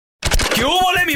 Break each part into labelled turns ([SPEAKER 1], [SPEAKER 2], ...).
[SPEAKER 1] ¿Qué hubo, le, mi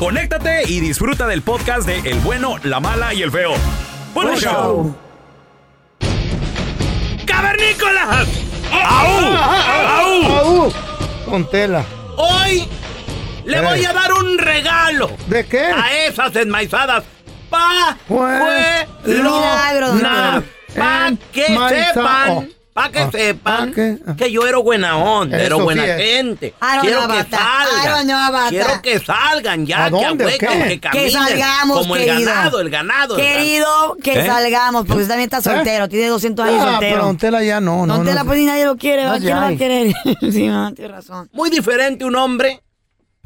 [SPEAKER 1] conéctate y disfruta del podcast de El bueno, la mala y el feo. ¡Buen
[SPEAKER 2] Buen
[SPEAKER 1] show!
[SPEAKER 2] show.
[SPEAKER 1] ¡Cavernícolas! ¡Au! ¡Au!
[SPEAKER 3] ¡Au! Con tela.
[SPEAKER 1] Hoy le
[SPEAKER 3] Eh.
[SPEAKER 1] voy a dar un regalo
[SPEAKER 3] ¿De qué?
[SPEAKER 2] Ah,
[SPEAKER 1] a esas enmaizadas. Pa,
[SPEAKER 3] Eh. Pues,
[SPEAKER 1] fue,
[SPEAKER 3] lo,
[SPEAKER 1] lo,
[SPEAKER 3] na,
[SPEAKER 1] na, pa que
[SPEAKER 3] enmaiza-
[SPEAKER 1] sepan,
[SPEAKER 3] oh.
[SPEAKER 1] pa que
[SPEAKER 3] Ah,
[SPEAKER 1] sepan
[SPEAKER 3] ah, que- ah.
[SPEAKER 1] que yo era buena onda, era
[SPEAKER 3] Eso sí
[SPEAKER 1] buena
[SPEAKER 3] es.
[SPEAKER 1] gente.
[SPEAKER 2] I don't
[SPEAKER 1] Quiero
[SPEAKER 2] know
[SPEAKER 1] que
[SPEAKER 2] about that. I
[SPEAKER 1] salgan,
[SPEAKER 2] don't know about
[SPEAKER 1] quiero
[SPEAKER 2] that.
[SPEAKER 1] que salgan ya, que
[SPEAKER 3] ¿A dónde o
[SPEAKER 1] ahuecos,
[SPEAKER 3] qué?
[SPEAKER 1] que
[SPEAKER 3] Que
[SPEAKER 1] caminen,
[SPEAKER 2] salgamos,
[SPEAKER 1] como el
[SPEAKER 2] querido.
[SPEAKER 1] ganado, el ganado. el ganado.
[SPEAKER 2] Querido, que
[SPEAKER 1] ¿Eh?
[SPEAKER 2] salgamos, porque usted también está soltero, tiene 200 años
[SPEAKER 3] ¿Eh? Ah, pero
[SPEAKER 2] soltero.
[SPEAKER 3] con tela ya no, no.
[SPEAKER 2] Don Tela,
[SPEAKER 3] no.
[SPEAKER 2] pues ni nadie lo quiere,
[SPEAKER 3] No,
[SPEAKER 2] ¿va? ¿quién
[SPEAKER 3] ya
[SPEAKER 2] lo va a
[SPEAKER 3] hay.
[SPEAKER 2] querer? sí, no, tiene razón.
[SPEAKER 1] Muy diferente un hombre,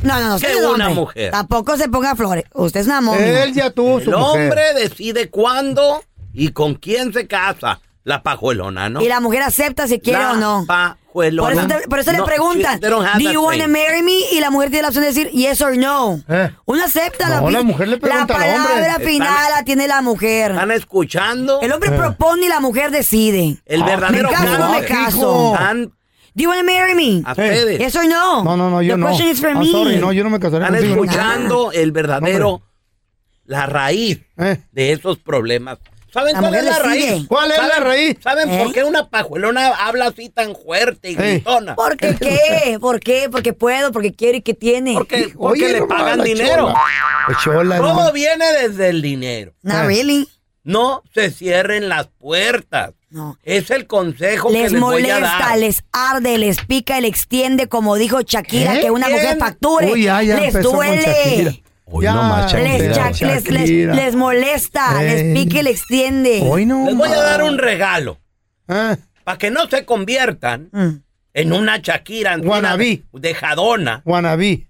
[SPEAKER 2] No, no, no, usted
[SPEAKER 1] Que
[SPEAKER 2] es
[SPEAKER 1] una
[SPEAKER 2] hombre.
[SPEAKER 1] mujer.
[SPEAKER 2] Tampoco se ponga flores, usted es una momia.
[SPEAKER 3] Él ya tuvo su
[SPEAKER 1] el
[SPEAKER 3] mujer.
[SPEAKER 1] hombre decide cuándo y con quién se casa. La pajuelona, ¿no?
[SPEAKER 2] Y la mujer acepta si quiere
[SPEAKER 1] La
[SPEAKER 2] o no.
[SPEAKER 1] pajuelona.
[SPEAKER 2] Por eso, te- por eso
[SPEAKER 1] No,
[SPEAKER 2] le preguntan,
[SPEAKER 1] they don't have
[SPEAKER 2] ¿do
[SPEAKER 1] that
[SPEAKER 2] you want to
[SPEAKER 1] thing".
[SPEAKER 2] marry me? Y la mujer tiene la opción de decir yes or no.
[SPEAKER 3] Eh.
[SPEAKER 2] Uno acepta
[SPEAKER 3] No,
[SPEAKER 2] pi-
[SPEAKER 3] la mujer le pregunta al
[SPEAKER 2] La
[SPEAKER 3] hombre.
[SPEAKER 2] palabra
[SPEAKER 3] Están-
[SPEAKER 2] final la tiene la mujer.
[SPEAKER 1] ¿Están escuchando?
[SPEAKER 2] El
[SPEAKER 3] Eh.
[SPEAKER 2] hombre propone y la mujer decide.
[SPEAKER 1] El verdadero
[SPEAKER 2] me caso,
[SPEAKER 1] plan.
[SPEAKER 2] me caso.
[SPEAKER 1] ¿Están
[SPEAKER 2] Do you want to marry me?
[SPEAKER 1] a
[SPEAKER 3] Hey.
[SPEAKER 1] ustedes?
[SPEAKER 2] Yes or no?
[SPEAKER 3] No, no, no, yo
[SPEAKER 2] The
[SPEAKER 3] no.
[SPEAKER 2] question is for
[SPEAKER 3] I'm
[SPEAKER 2] me.
[SPEAKER 3] sorry, no, yo no me casaré
[SPEAKER 1] ¿Están
[SPEAKER 3] contigo.
[SPEAKER 1] escuchando el verdadero,
[SPEAKER 3] Hombre.
[SPEAKER 1] la raíz
[SPEAKER 3] Eh.
[SPEAKER 1] de esos problemas? ¿Saben
[SPEAKER 2] La
[SPEAKER 1] cuál
[SPEAKER 2] mujer
[SPEAKER 1] es la
[SPEAKER 2] decide.
[SPEAKER 1] raíz?
[SPEAKER 3] ¿Cuál es la
[SPEAKER 1] ¿Saben-
[SPEAKER 3] raíz?
[SPEAKER 1] ¿Saben
[SPEAKER 2] ¿Eh?
[SPEAKER 1] por qué una pajuelona habla así tan fuerte y gritona?
[SPEAKER 2] ¿Por qué qué? ¿Por qué? Porque puedo, porque quiero y que tiene.
[SPEAKER 1] Porque, porque
[SPEAKER 3] Oye,
[SPEAKER 1] le
[SPEAKER 3] nomás
[SPEAKER 1] pagan
[SPEAKER 3] la
[SPEAKER 1] dinero.
[SPEAKER 3] chola. La chola,
[SPEAKER 1] Todo
[SPEAKER 3] hermano.
[SPEAKER 1] viene desde el dinero.
[SPEAKER 2] No,
[SPEAKER 3] Eh.
[SPEAKER 2] really.
[SPEAKER 1] No se cierren las puertas.
[SPEAKER 2] No.
[SPEAKER 1] Es el consejo que
[SPEAKER 2] Les
[SPEAKER 1] les voy a
[SPEAKER 2] molesta,
[SPEAKER 1] dar.
[SPEAKER 2] les arde, les pica y le extiende, como dijo Shakira,
[SPEAKER 3] ¿Eh?
[SPEAKER 2] que una mujer
[SPEAKER 1] ¿Quién?
[SPEAKER 2] facture.
[SPEAKER 3] Uy, ya, ya
[SPEAKER 2] les
[SPEAKER 3] empezó con Shakira.
[SPEAKER 2] duele.
[SPEAKER 4] Hoy nomás,
[SPEAKER 2] Les,
[SPEAKER 4] Shakira.
[SPEAKER 2] cha- les, les-
[SPEAKER 3] Shakira.
[SPEAKER 2] les molesta,
[SPEAKER 3] Eh.
[SPEAKER 2] les pica y le extiende.
[SPEAKER 3] Hoy no.
[SPEAKER 1] Les voy a
[SPEAKER 3] ma.
[SPEAKER 1] dar un regalo
[SPEAKER 3] Ah,
[SPEAKER 1] para que no se conviertan
[SPEAKER 2] Mm.
[SPEAKER 1] en una Shakira en una
[SPEAKER 3] Wannabe.
[SPEAKER 1] dejadona.
[SPEAKER 3] wannabe.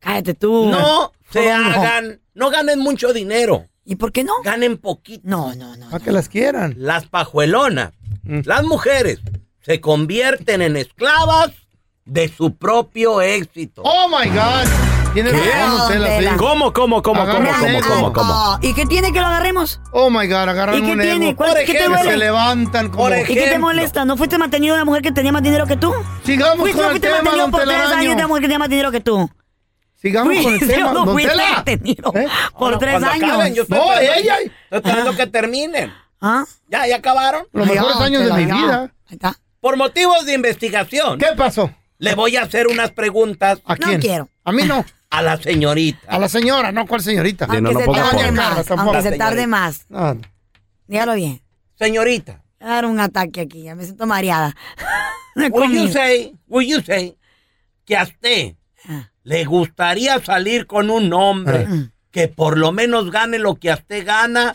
[SPEAKER 2] Cállate tú.
[SPEAKER 1] No se
[SPEAKER 3] Uh. Oh, No, no.
[SPEAKER 1] hagan, no ganen mucho dinero,
[SPEAKER 2] ¿Y por qué no?
[SPEAKER 1] ganen poquito.
[SPEAKER 2] No, no, no.
[SPEAKER 3] Para que las quieran.
[SPEAKER 1] Las pajuelonas,
[SPEAKER 3] Mm.
[SPEAKER 1] las mujeres, se convierten en esclavas de su propio éxito.
[SPEAKER 3] Oh my God. Tiene
[SPEAKER 2] ¿Qué?
[SPEAKER 3] razón,
[SPEAKER 2] Don
[SPEAKER 3] Tela, sí.
[SPEAKER 2] Tela.
[SPEAKER 4] ¿Cómo, cómo, cómo, cómo,
[SPEAKER 3] Agarra
[SPEAKER 4] cómo,
[SPEAKER 3] el
[SPEAKER 4] cómo, cómo?
[SPEAKER 2] Ah, ¿Y qué tiene que lo agarremos?
[SPEAKER 3] Oh my God, agarran
[SPEAKER 2] ¿Y qué
[SPEAKER 3] un
[SPEAKER 2] tiene?
[SPEAKER 3] ego.
[SPEAKER 2] ¿Cuál-
[SPEAKER 1] Por
[SPEAKER 2] ¿Qué te
[SPEAKER 1] ejemplo,
[SPEAKER 3] Que se
[SPEAKER 2] duele?
[SPEAKER 3] levantan como.
[SPEAKER 1] Por
[SPEAKER 2] ¿Y qué te
[SPEAKER 1] ejemplo.
[SPEAKER 2] molesta? ¿No fuiste mantenido de una mujer que tenía más dinero que tú?
[SPEAKER 3] Sigamos
[SPEAKER 2] Fuiste,
[SPEAKER 3] con el
[SPEAKER 2] fuiste
[SPEAKER 3] tema,
[SPEAKER 2] mantenido
[SPEAKER 3] don
[SPEAKER 2] por tres años de una
[SPEAKER 3] Telaraño.
[SPEAKER 2] mujer que tenía más dinero que tú.
[SPEAKER 3] Sigamos con el
[SPEAKER 2] Fuiste
[SPEAKER 3] tema,
[SPEAKER 2] o no
[SPEAKER 3] don
[SPEAKER 2] fuiste
[SPEAKER 3] Tela.
[SPEAKER 2] mantenido
[SPEAKER 3] ¿Eh?
[SPEAKER 2] por
[SPEAKER 1] Ahora,
[SPEAKER 2] tres
[SPEAKER 1] cuando
[SPEAKER 2] años.
[SPEAKER 1] acaben, yo estoy
[SPEAKER 3] No,
[SPEAKER 1] esperando-
[SPEAKER 3] ey, ey.
[SPEAKER 1] estoy esperando que terminen.
[SPEAKER 2] ¿Ah?
[SPEAKER 1] Ya, ya acabaron.
[SPEAKER 3] Los
[SPEAKER 2] Ay,
[SPEAKER 3] mejores
[SPEAKER 2] ya,
[SPEAKER 3] años de
[SPEAKER 2] Tela,
[SPEAKER 3] mi
[SPEAKER 2] ya.
[SPEAKER 3] vida.
[SPEAKER 2] Ahí está.
[SPEAKER 1] Por motivos de investigación,
[SPEAKER 3] ¿Qué pasó?
[SPEAKER 1] le voy a hacer unas preguntas
[SPEAKER 3] ¿A
[SPEAKER 2] No
[SPEAKER 3] quién?
[SPEAKER 2] quiero.
[SPEAKER 3] A mí no.
[SPEAKER 1] a la señorita.
[SPEAKER 3] A la señora, no, ¿cuál señorita?
[SPEAKER 4] De no,
[SPEAKER 2] Aunque
[SPEAKER 4] no
[SPEAKER 2] se
[SPEAKER 4] ponga
[SPEAKER 2] tarde
[SPEAKER 3] porno.
[SPEAKER 2] más,
[SPEAKER 3] Tampoco.
[SPEAKER 2] aunque se
[SPEAKER 1] Señorita.
[SPEAKER 2] tarde más.
[SPEAKER 3] Ah,
[SPEAKER 2] Dígalo bien.
[SPEAKER 1] Señorita,
[SPEAKER 2] Voy a dar un ataque aquí, ya me siento mareada. No he
[SPEAKER 1] would you
[SPEAKER 2] comido.
[SPEAKER 1] say, would you say que a usted le gustaría salir con un hombre que por lo menos gane lo que a usted gana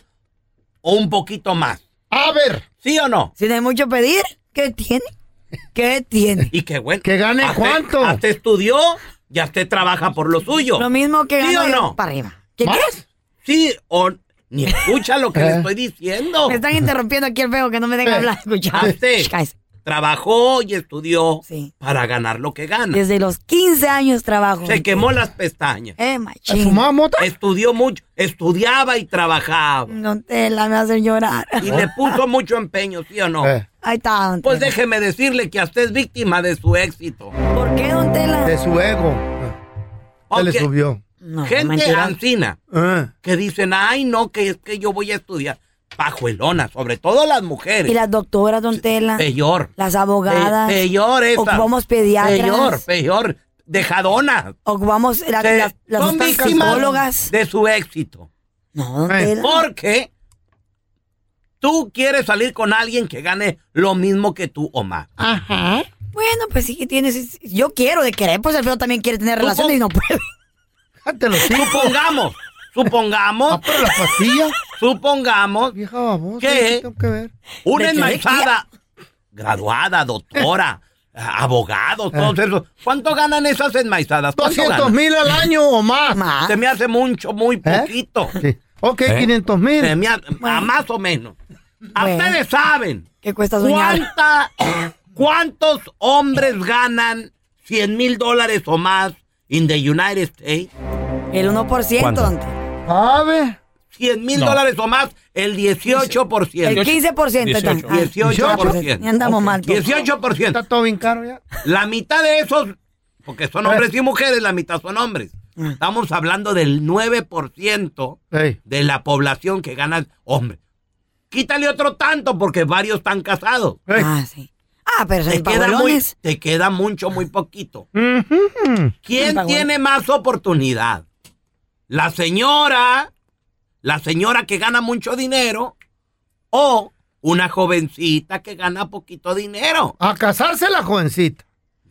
[SPEAKER 1] o un poquito más?
[SPEAKER 3] A ver.
[SPEAKER 1] ¿Sí o no?
[SPEAKER 2] Si no hay mucho pedir, ¿qué tiene? ¿Qué tiene?
[SPEAKER 1] Y qué bueno.
[SPEAKER 3] ¿Que gane
[SPEAKER 1] A usted-
[SPEAKER 3] cuánto?
[SPEAKER 1] A usted estudió y a usted trabaja por lo suyo.
[SPEAKER 2] Lo mismo que
[SPEAKER 1] ¿Sí
[SPEAKER 2] gano
[SPEAKER 1] o
[SPEAKER 2] yo
[SPEAKER 1] no?
[SPEAKER 2] para arriba. ¿Qué
[SPEAKER 3] ¿Más?
[SPEAKER 2] crees?
[SPEAKER 1] Sí, o ni escucha lo que
[SPEAKER 3] Eh.
[SPEAKER 1] le estoy diciendo.
[SPEAKER 2] Me están interrumpiendo aquí el feo que no me deja
[SPEAKER 3] Eh,
[SPEAKER 2] hablar. Escucha.
[SPEAKER 1] A usted
[SPEAKER 2] Shh, cállese.
[SPEAKER 1] trabajó y estudió
[SPEAKER 2] Sí.
[SPEAKER 1] para ganar lo que gana.
[SPEAKER 2] Desde los 15 años trabajo.
[SPEAKER 1] Se quemó las pestañas.
[SPEAKER 2] Eh, machín.
[SPEAKER 3] ¿Fumaba mota?
[SPEAKER 1] Estudió mucho, estudiaba y trabajaba.
[SPEAKER 2] No te la me hacen llorar.
[SPEAKER 1] Y le puso mucho empeño, ¿sí o no?
[SPEAKER 3] Eh,
[SPEAKER 2] Ahí está, don
[SPEAKER 1] Pues
[SPEAKER 2] Tela.
[SPEAKER 1] déjeme decirle que hasta es víctima de su éxito.
[SPEAKER 2] ¿Por qué, don Tela?
[SPEAKER 3] de su ego. Se le
[SPEAKER 1] Porque
[SPEAKER 3] subió.
[SPEAKER 2] No,
[SPEAKER 1] gente
[SPEAKER 2] mentira.
[SPEAKER 1] ancina
[SPEAKER 3] Eh.
[SPEAKER 1] que dicen, ay, no, que es que yo voy a estudiar. Pajuelona, sobre todo las mujeres.
[SPEAKER 2] Y las doctoras, don Tela.
[SPEAKER 1] Peor.
[SPEAKER 2] Las
[SPEAKER 3] Eh,
[SPEAKER 2] abogadas.
[SPEAKER 1] Pe- peor esa.
[SPEAKER 2] Ocupamos pediatras.
[SPEAKER 1] Peor, peor. Dejadona.
[SPEAKER 2] Ocupamos la-
[SPEAKER 1] Se-
[SPEAKER 2] las, las
[SPEAKER 1] son
[SPEAKER 2] doctoras
[SPEAKER 1] víctimas
[SPEAKER 2] psicólogas.
[SPEAKER 1] de su éxito.
[SPEAKER 2] No, don
[SPEAKER 3] Eh.
[SPEAKER 2] Tela.
[SPEAKER 1] Porque tú quieres salir con alguien que gane lo mismo que tú o más.
[SPEAKER 2] Ah.
[SPEAKER 3] Ajá.
[SPEAKER 2] Bueno, pues sí que tienes. Yo quiero de querer, pues el feo también quiere tener
[SPEAKER 1] Tú
[SPEAKER 2] relaciones
[SPEAKER 1] pon-
[SPEAKER 2] y no puede.
[SPEAKER 3] Te lo sigo.
[SPEAKER 1] Supongamos, supongamos,
[SPEAKER 3] Ah, pero la pastilla.
[SPEAKER 1] supongamos,
[SPEAKER 3] Vieja babosa.
[SPEAKER 1] ¿Qué?
[SPEAKER 3] Tengo que ver.
[SPEAKER 1] una
[SPEAKER 2] ¿De qué?
[SPEAKER 1] enmaizada, graduada, doctora, a-
[SPEAKER 2] Eh.
[SPEAKER 1] abogado, todos esos. ¿Cuánto ganan esas enmaizadas? ¿Cuánto
[SPEAKER 3] 200
[SPEAKER 1] ganan?
[SPEAKER 3] mil al año o más.
[SPEAKER 2] Más.
[SPEAKER 1] Se me hace mucho, muy
[SPEAKER 3] ¿Eh?
[SPEAKER 1] poquito.
[SPEAKER 3] Sí. Ok,
[SPEAKER 1] ¿Eh?
[SPEAKER 3] 500
[SPEAKER 1] Se
[SPEAKER 3] mil.
[SPEAKER 1] me ha- a más o menos. A
[SPEAKER 2] Bueno.
[SPEAKER 1] Ustedes saben
[SPEAKER 2] ¿Qué cuesta soñar?
[SPEAKER 1] cuánta, cuántos hombres ganan 100 mil dólares o más in the United States.
[SPEAKER 2] El 1%, don Tela.
[SPEAKER 3] ¿Sabe?
[SPEAKER 1] 100 mil dólares o más, el 18%.
[SPEAKER 2] El 15%. entonces. Ah,
[SPEAKER 1] 18%.
[SPEAKER 2] Ya andamos mal. todos.
[SPEAKER 1] 18%.
[SPEAKER 3] Está todo bien caro ya.
[SPEAKER 1] La mitad de esos, porque son
[SPEAKER 3] A ver.
[SPEAKER 1] hombres y mujeres, la mitad son hombres. Estamos hablando del 9%
[SPEAKER 3] Ey.
[SPEAKER 1] de la población que gana hombres. Quítale otro tanto porque varios están casados.
[SPEAKER 3] Ey.
[SPEAKER 2] Ah, sí. Ah, pero son
[SPEAKER 1] Te queda, muy,
[SPEAKER 2] pabuelones.
[SPEAKER 1] te queda mucho, muy poquito. ¿Quién
[SPEAKER 2] Pagón.
[SPEAKER 1] tiene más oportunidad? ¿La señora? ¿La señora que gana mucho dinero? ¿O una jovencita que gana poquito dinero?
[SPEAKER 3] A casarse la jovencita.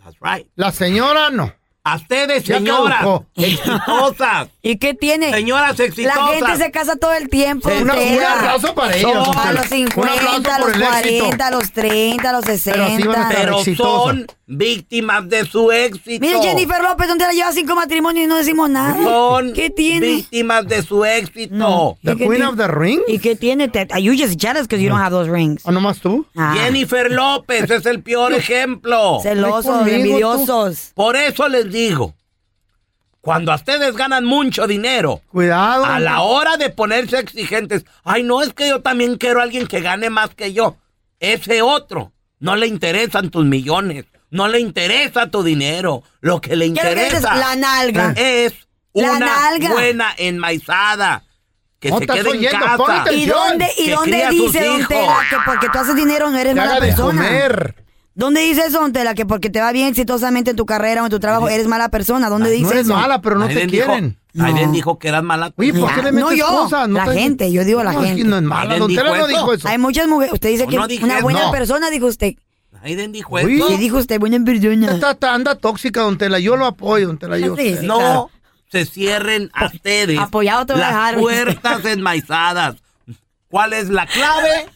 [SPEAKER 1] That's right.
[SPEAKER 3] La señora no.
[SPEAKER 1] A ustedes,
[SPEAKER 3] Ya
[SPEAKER 1] señoras
[SPEAKER 3] caducó.
[SPEAKER 1] exitosas.
[SPEAKER 2] ¿Y qué tiene?
[SPEAKER 1] Señoras
[SPEAKER 2] Oh. la
[SPEAKER 1] exitosas.
[SPEAKER 2] gente se casa todo el tiempo.
[SPEAKER 3] Una-
[SPEAKER 2] don
[SPEAKER 3] un
[SPEAKER 2] Tela.
[SPEAKER 3] aplauso para ella.
[SPEAKER 1] No,
[SPEAKER 3] don
[SPEAKER 2] A
[SPEAKER 3] Tela.
[SPEAKER 2] los 50,
[SPEAKER 3] un aplauso
[SPEAKER 2] a
[SPEAKER 3] por
[SPEAKER 2] los
[SPEAKER 3] el
[SPEAKER 2] 40,
[SPEAKER 3] éxito.
[SPEAKER 2] a los 30, a los
[SPEAKER 3] así van a
[SPEAKER 2] 60.
[SPEAKER 3] estar.
[SPEAKER 1] pero
[SPEAKER 3] exitosa.
[SPEAKER 1] son víctimas de su éxito.
[SPEAKER 2] Mira, Jennifer López, donde la lleva cinco matrimonios y no decimos nada.
[SPEAKER 1] Son
[SPEAKER 2] ¿Qué tiene?
[SPEAKER 1] víctimas de su éxito.
[SPEAKER 2] No.
[SPEAKER 3] The
[SPEAKER 2] ¿Y qué
[SPEAKER 3] Queen
[SPEAKER 2] tiene?
[SPEAKER 3] of the Ring.
[SPEAKER 2] ¿Y qué tiene? Te, you just jealous because you don't have those rings.
[SPEAKER 3] ¿Ah, nomás tú?
[SPEAKER 2] Ah,
[SPEAKER 1] Jennifer López es el peor ejemplo.
[SPEAKER 3] Ay,
[SPEAKER 2] celosos,
[SPEAKER 3] conmigo,
[SPEAKER 2] envidiosos.
[SPEAKER 1] Por eso les digo, cuando a ustedes ganan mucho dinero,
[SPEAKER 3] Cuidado.
[SPEAKER 1] a la hora de ponerse exigentes, ay, no es que yo también quiero a alguien que gane más que yo. Ese otro, no le interesan tus millones, no le interesa tu dinero, lo que le
[SPEAKER 2] ¿Qué es lo que dices?
[SPEAKER 1] interesa Eh,
[SPEAKER 2] La nalga.
[SPEAKER 1] es
[SPEAKER 2] La
[SPEAKER 1] una
[SPEAKER 2] nalga.
[SPEAKER 1] buena enmaizada que
[SPEAKER 3] No
[SPEAKER 1] se
[SPEAKER 3] estás
[SPEAKER 1] quede en
[SPEAKER 3] oyendo,
[SPEAKER 1] casa.
[SPEAKER 3] pon atención.
[SPEAKER 2] ¿Y dónde, y
[SPEAKER 1] eh, que
[SPEAKER 2] dónde
[SPEAKER 1] cría sus
[SPEAKER 2] dice, don
[SPEAKER 1] hijos.
[SPEAKER 2] Tela, que porque tú haces dinero no eres
[SPEAKER 3] Te
[SPEAKER 2] mala
[SPEAKER 3] haga de
[SPEAKER 2] persona?
[SPEAKER 3] comer.
[SPEAKER 2] ¿Dónde dice eso, don Tela, que porque te va bien exitosamente en tu carrera o en tu trabajo eres mala persona? ¿Dónde dice
[SPEAKER 3] No eres
[SPEAKER 2] eso?
[SPEAKER 3] mala, pero no te
[SPEAKER 1] Aiden dijo-
[SPEAKER 3] quieren.
[SPEAKER 1] Aiden
[SPEAKER 2] No.
[SPEAKER 1] dijo que eras mala.
[SPEAKER 3] Oye, ¿por
[SPEAKER 2] Ya,
[SPEAKER 3] qué le
[SPEAKER 2] no
[SPEAKER 3] metes
[SPEAKER 2] yo,
[SPEAKER 3] cosas?
[SPEAKER 2] la
[SPEAKER 3] te-
[SPEAKER 2] gente, yo digo la
[SPEAKER 3] No, es que
[SPEAKER 2] gente.
[SPEAKER 3] No es mala.
[SPEAKER 1] Aiden
[SPEAKER 3] Don Tela
[SPEAKER 1] dijo eso.
[SPEAKER 3] no dijo eso.
[SPEAKER 2] Hay muchas mujeres. Usted dice
[SPEAKER 1] No,
[SPEAKER 2] que
[SPEAKER 1] no Pues dije
[SPEAKER 2] una
[SPEAKER 1] eso.
[SPEAKER 2] buena
[SPEAKER 3] No.
[SPEAKER 2] persona, dijo usted.
[SPEAKER 1] Aiden dijo
[SPEAKER 3] pues, Uy.
[SPEAKER 1] eso.
[SPEAKER 2] Sí, dijo usted, buena persona.
[SPEAKER 3] Está, está- anda tóxica, don Tela. Yo lo apoyo, don Tela. Yo
[SPEAKER 2] Sí,
[SPEAKER 3] sé.
[SPEAKER 2] sí.
[SPEAKER 1] no
[SPEAKER 2] claro.
[SPEAKER 1] se cierren a ustedes
[SPEAKER 2] apoyado te voy a
[SPEAKER 1] las
[SPEAKER 2] dejar.
[SPEAKER 1] puertas enmaizadas. ¿Cuál es la clave?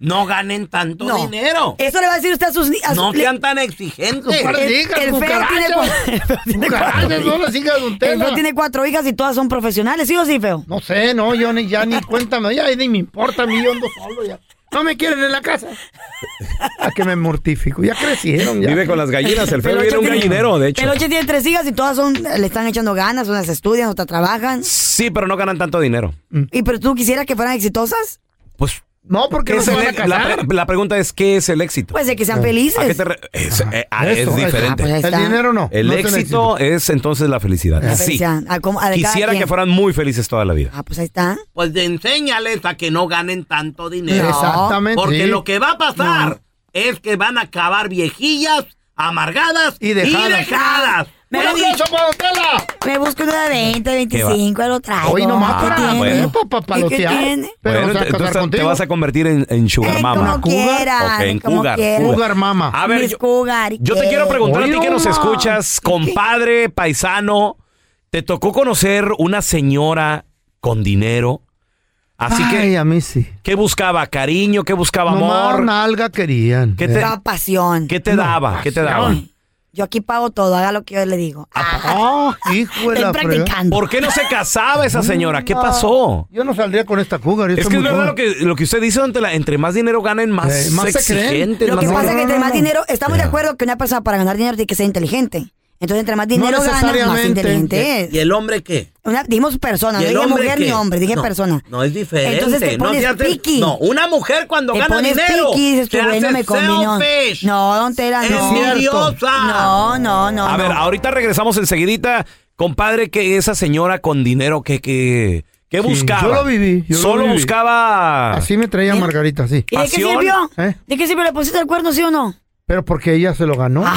[SPEAKER 1] No ganen tanto
[SPEAKER 2] No.
[SPEAKER 1] dinero.
[SPEAKER 2] Eso le va a decir usted a sus... ni- a
[SPEAKER 1] No
[SPEAKER 2] sus- le-
[SPEAKER 1] sean tan
[SPEAKER 3] Compadre,
[SPEAKER 1] exigentes.
[SPEAKER 2] el-
[SPEAKER 3] digas,
[SPEAKER 2] el feo tiene
[SPEAKER 3] cucarachas. Cucarachas, no las hijas de don
[SPEAKER 2] el feo
[SPEAKER 3] Tela.
[SPEAKER 2] tiene cuatro hijas y todas son profesionales, ¿sí o sí, feo?
[SPEAKER 3] No sé, no, yo ni, ya ni cuéntame. Ya ni me importa, a mí yo ando solo ya. No me quieren en la casa. A que me mortifico. Ya crecieron. Ya.
[SPEAKER 5] Vive con las gallinas, el feo
[SPEAKER 2] Peluche
[SPEAKER 5] era un
[SPEAKER 2] tiene-
[SPEAKER 5] gallinero, de hecho.
[SPEAKER 2] Peluche tiene tres hijas y todas son, le están echando ganas, unas estudian, otras trabajan.
[SPEAKER 5] Sí, pero no ganan tanto dinero.
[SPEAKER 2] ¿Y pero tú quisieras que fueran exitosas?
[SPEAKER 5] Pues,
[SPEAKER 3] No, porque
[SPEAKER 5] ¿qué
[SPEAKER 3] no
[SPEAKER 5] es
[SPEAKER 3] se van a
[SPEAKER 5] el- la,
[SPEAKER 3] casar.
[SPEAKER 5] pre- la pregunta es, ¿qué es el éxito?
[SPEAKER 2] Pues de que sean
[SPEAKER 5] Ah. ¿A qué
[SPEAKER 2] felices.
[SPEAKER 5] te re- es, eh, ah, es
[SPEAKER 3] Eso, eso.
[SPEAKER 5] diferente.
[SPEAKER 2] Ah, pues ahí
[SPEAKER 3] El
[SPEAKER 2] está.
[SPEAKER 3] dinero no.
[SPEAKER 5] El
[SPEAKER 3] no es un
[SPEAKER 5] éxito es entonces la felicidad.
[SPEAKER 2] La
[SPEAKER 5] Sí.
[SPEAKER 2] felicidad, a como- a de cada
[SPEAKER 5] Quisiera
[SPEAKER 2] quien.
[SPEAKER 5] que fueran muy felices toda la vida.
[SPEAKER 2] Ah, pues ahí está.
[SPEAKER 1] Pues de enséñales a que no ganen tanto dinero.
[SPEAKER 3] Exactamente.
[SPEAKER 1] Porque
[SPEAKER 3] sí.
[SPEAKER 1] lo que va a pasar es que van a acabar viejillas, amargadas
[SPEAKER 3] Y
[SPEAKER 1] y
[SPEAKER 3] dejadas.
[SPEAKER 1] dejadas.
[SPEAKER 2] Me,
[SPEAKER 3] ¡Un
[SPEAKER 2] bu-
[SPEAKER 3] aplauso para Don Tela!
[SPEAKER 2] me busco una de 20,
[SPEAKER 1] ¿Qué va?
[SPEAKER 2] 25, lo traigo.
[SPEAKER 3] Hoy nomás
[SPEAKER 2] ¿Qué
[SPEAKER 3] para
[SPEAKER 2] tiene?
[SPEAKER 1] bueno.
[SPEAKER 3] pa- pa-
[SPEAKER 2] ¿Y qué
[SPEAKER 3] palotear.
[SPEAKER 2] tiene?
[SPEAKER 3] Pero
[SPEAKER 1] Bueno,
[SPEAKER 3] no se va a
[SPEAKER 1] te-
[SPEAKER 3] casar
[SPEAKER 1] entonces te
[SPEAKER 3] contigo.
[SPEAKER 1] vas a convertir en, en Sugar
[SPEAKER 2] Eh,
[SPEAKER 1] Mama.
[SPEAKER 2] como quieran,
[SPEAKER 1] Ok, en
[SPEAKER 2] como
[SPEAKER 1] cougar,
[SPEAKER 2] quieran.
[SPEAKER 1] cougar.
[SPEAKER 3] Cougar mama.
[SPEAKER 1] A ver,
[SPEAKER 2] Mis
[SPEAKER 1] yo,
[SPEAKER 2] cougar,
[SPEAKER 1] yo te
[SPEAKER 2] ¿qué?
[SPEAKER 1] quiero preguntar a ti que nos
[SPEAKER 2] Oye,
[SPEAKER 1] escuchas,
[SPEAKER 2] no.
[SPEAKER 1] compadre, paisano, ¿te tocó conocer una señora con dinero? Así
[SPEAKER 3] Ay,
[SPEAKER 1] que,
[SPEAKER 3] a mí sí.
[SPEAKER 1] ¿qué buscaba? ¿Cariño? ¿Qué buscaba
[SPEAKER 3] Nomás
[SPEAKER 1] amor?
[SPEAKER 3] nalga querían.
[SPEAKER 1] ¿Qué te,
[SPEAKER 2] Toda pasión.
[SPEAKER 1] qué te daba? ¿Qué te daba?
[SPEAKER 2] Yo aquí pago todo, haga lo que yo le digo.
[SPEAKER 3] Ah, hijo
[SPEAKER 6] pues
[SPEAKER 2] Estoy
[SPEAKER 3] de la fregada.
[SPEAKER 2] practicando.
[SPEAKER 1] ¿Por qué no se casaba esa señora? ¿Qué
[SPEAKER 3] Mm, No,
[SPEAKER 1] pasó?
[SPEAKER 3] Yo no saldría con esta cougar.
[SPEAKER 1] Es que es verdad lo que, lo que usted dice, ante la- entre más dinero ganen, más,
[SPEAKER 3] Eh, más se creen.
[SPEAKER 1] exigentes.
[SPEAKER 2] Lo que
[SPEAKER 1] más-
[SPEAKER 2] pasa
[SPEAKER 3] no,
[SPEAKER 2] es que
[SPEAKER 3] no,
[SPEAKER 2] entre
[SPEAKER 3] no,
[SPEAKER 2] más
[SPEAKER 3] no.
[SPEAKER 2] dinero, estamos de acuerdo que una persona para ganar dinero tiene que ser inteligente. Entonces, entre más dinero gana, más
[SPEAKER 3] necesariamente.
[SPEAKER 2] inteligente es.
[SPEAKER 6] ¿Y el hombre qué?
[SPEAKER 2] Una- dijimos persona,
[SPEAKER 6] ¿Y el
[SPEAKER 2] no dije
[SPEAKER 6] hombre
[SPEAKER 2] mujer
[SPEAKER 6] qué?
[SPEAKER 2] ni hombre, dije
[SPEAKER 6] No,
[SPEAKER 2] persona.
[SPEAKER 6] No, es diferente.
[SPEAKER 2] Entonces te
[SPEAKER 6] no,
[SPEAKER 2] pones
[SPEAKER 6] hace-
[SPEAKER 2] piqui.
[SPEAKER 6] no, una mujer cuando
[SPEAKER 2] Te
[SPEAKER 6] gana
[SPEAKER 2] pones
[SPEAKER 6] dinero.
[SPEAKER 2] piqui y dices tú,
[SPEAKER 6] se
[SPEAKER 2] bueno,
[SPEAKER 6] hace
[SPEAKER 2] me combinó.
[SPEAKER 6] selfish.
[SPEAKER 2] No, don Tela,
[SPEAKER 6] Es
[SPEAKER 2] no.
[SPEAKER 6] envidiosa.
[SPEAKER 2] No, no, no.
[SPEAKER 1] A
[SPEAKER 2] no.
[SPEAKER 1] ver, ahorita regresamos enseguidita. Compadre, que esa señora con dinero que, que, que
[SPEAKER 3] Sí,
[SPEAKER 1] buscaba.
[SPEAKER 3] yo lo viví, yo lo
[SPEAKER 1] Solo
[SPEAKER 3] viví.
[SPEAKER 1] buscaba.
[SPEAKER 3] Así me traía
[SPEAKER 2] ¿Eh?
[SPEAKER 3] Margarita, sí.
[SPEAKER 2] ¿Y de qué
[SPEAKER 1] pasión,
[SPEAKER 2] sirvió?
[SPEAKER 3] ¿eh?
[SPEAKER 2] ¿De qué sirvió? ¿Le pusiste el cuerno, sí o no?
[SPEAKER 3] Pero porque ella se lo ganó.
[SPEAKER 1] Ah.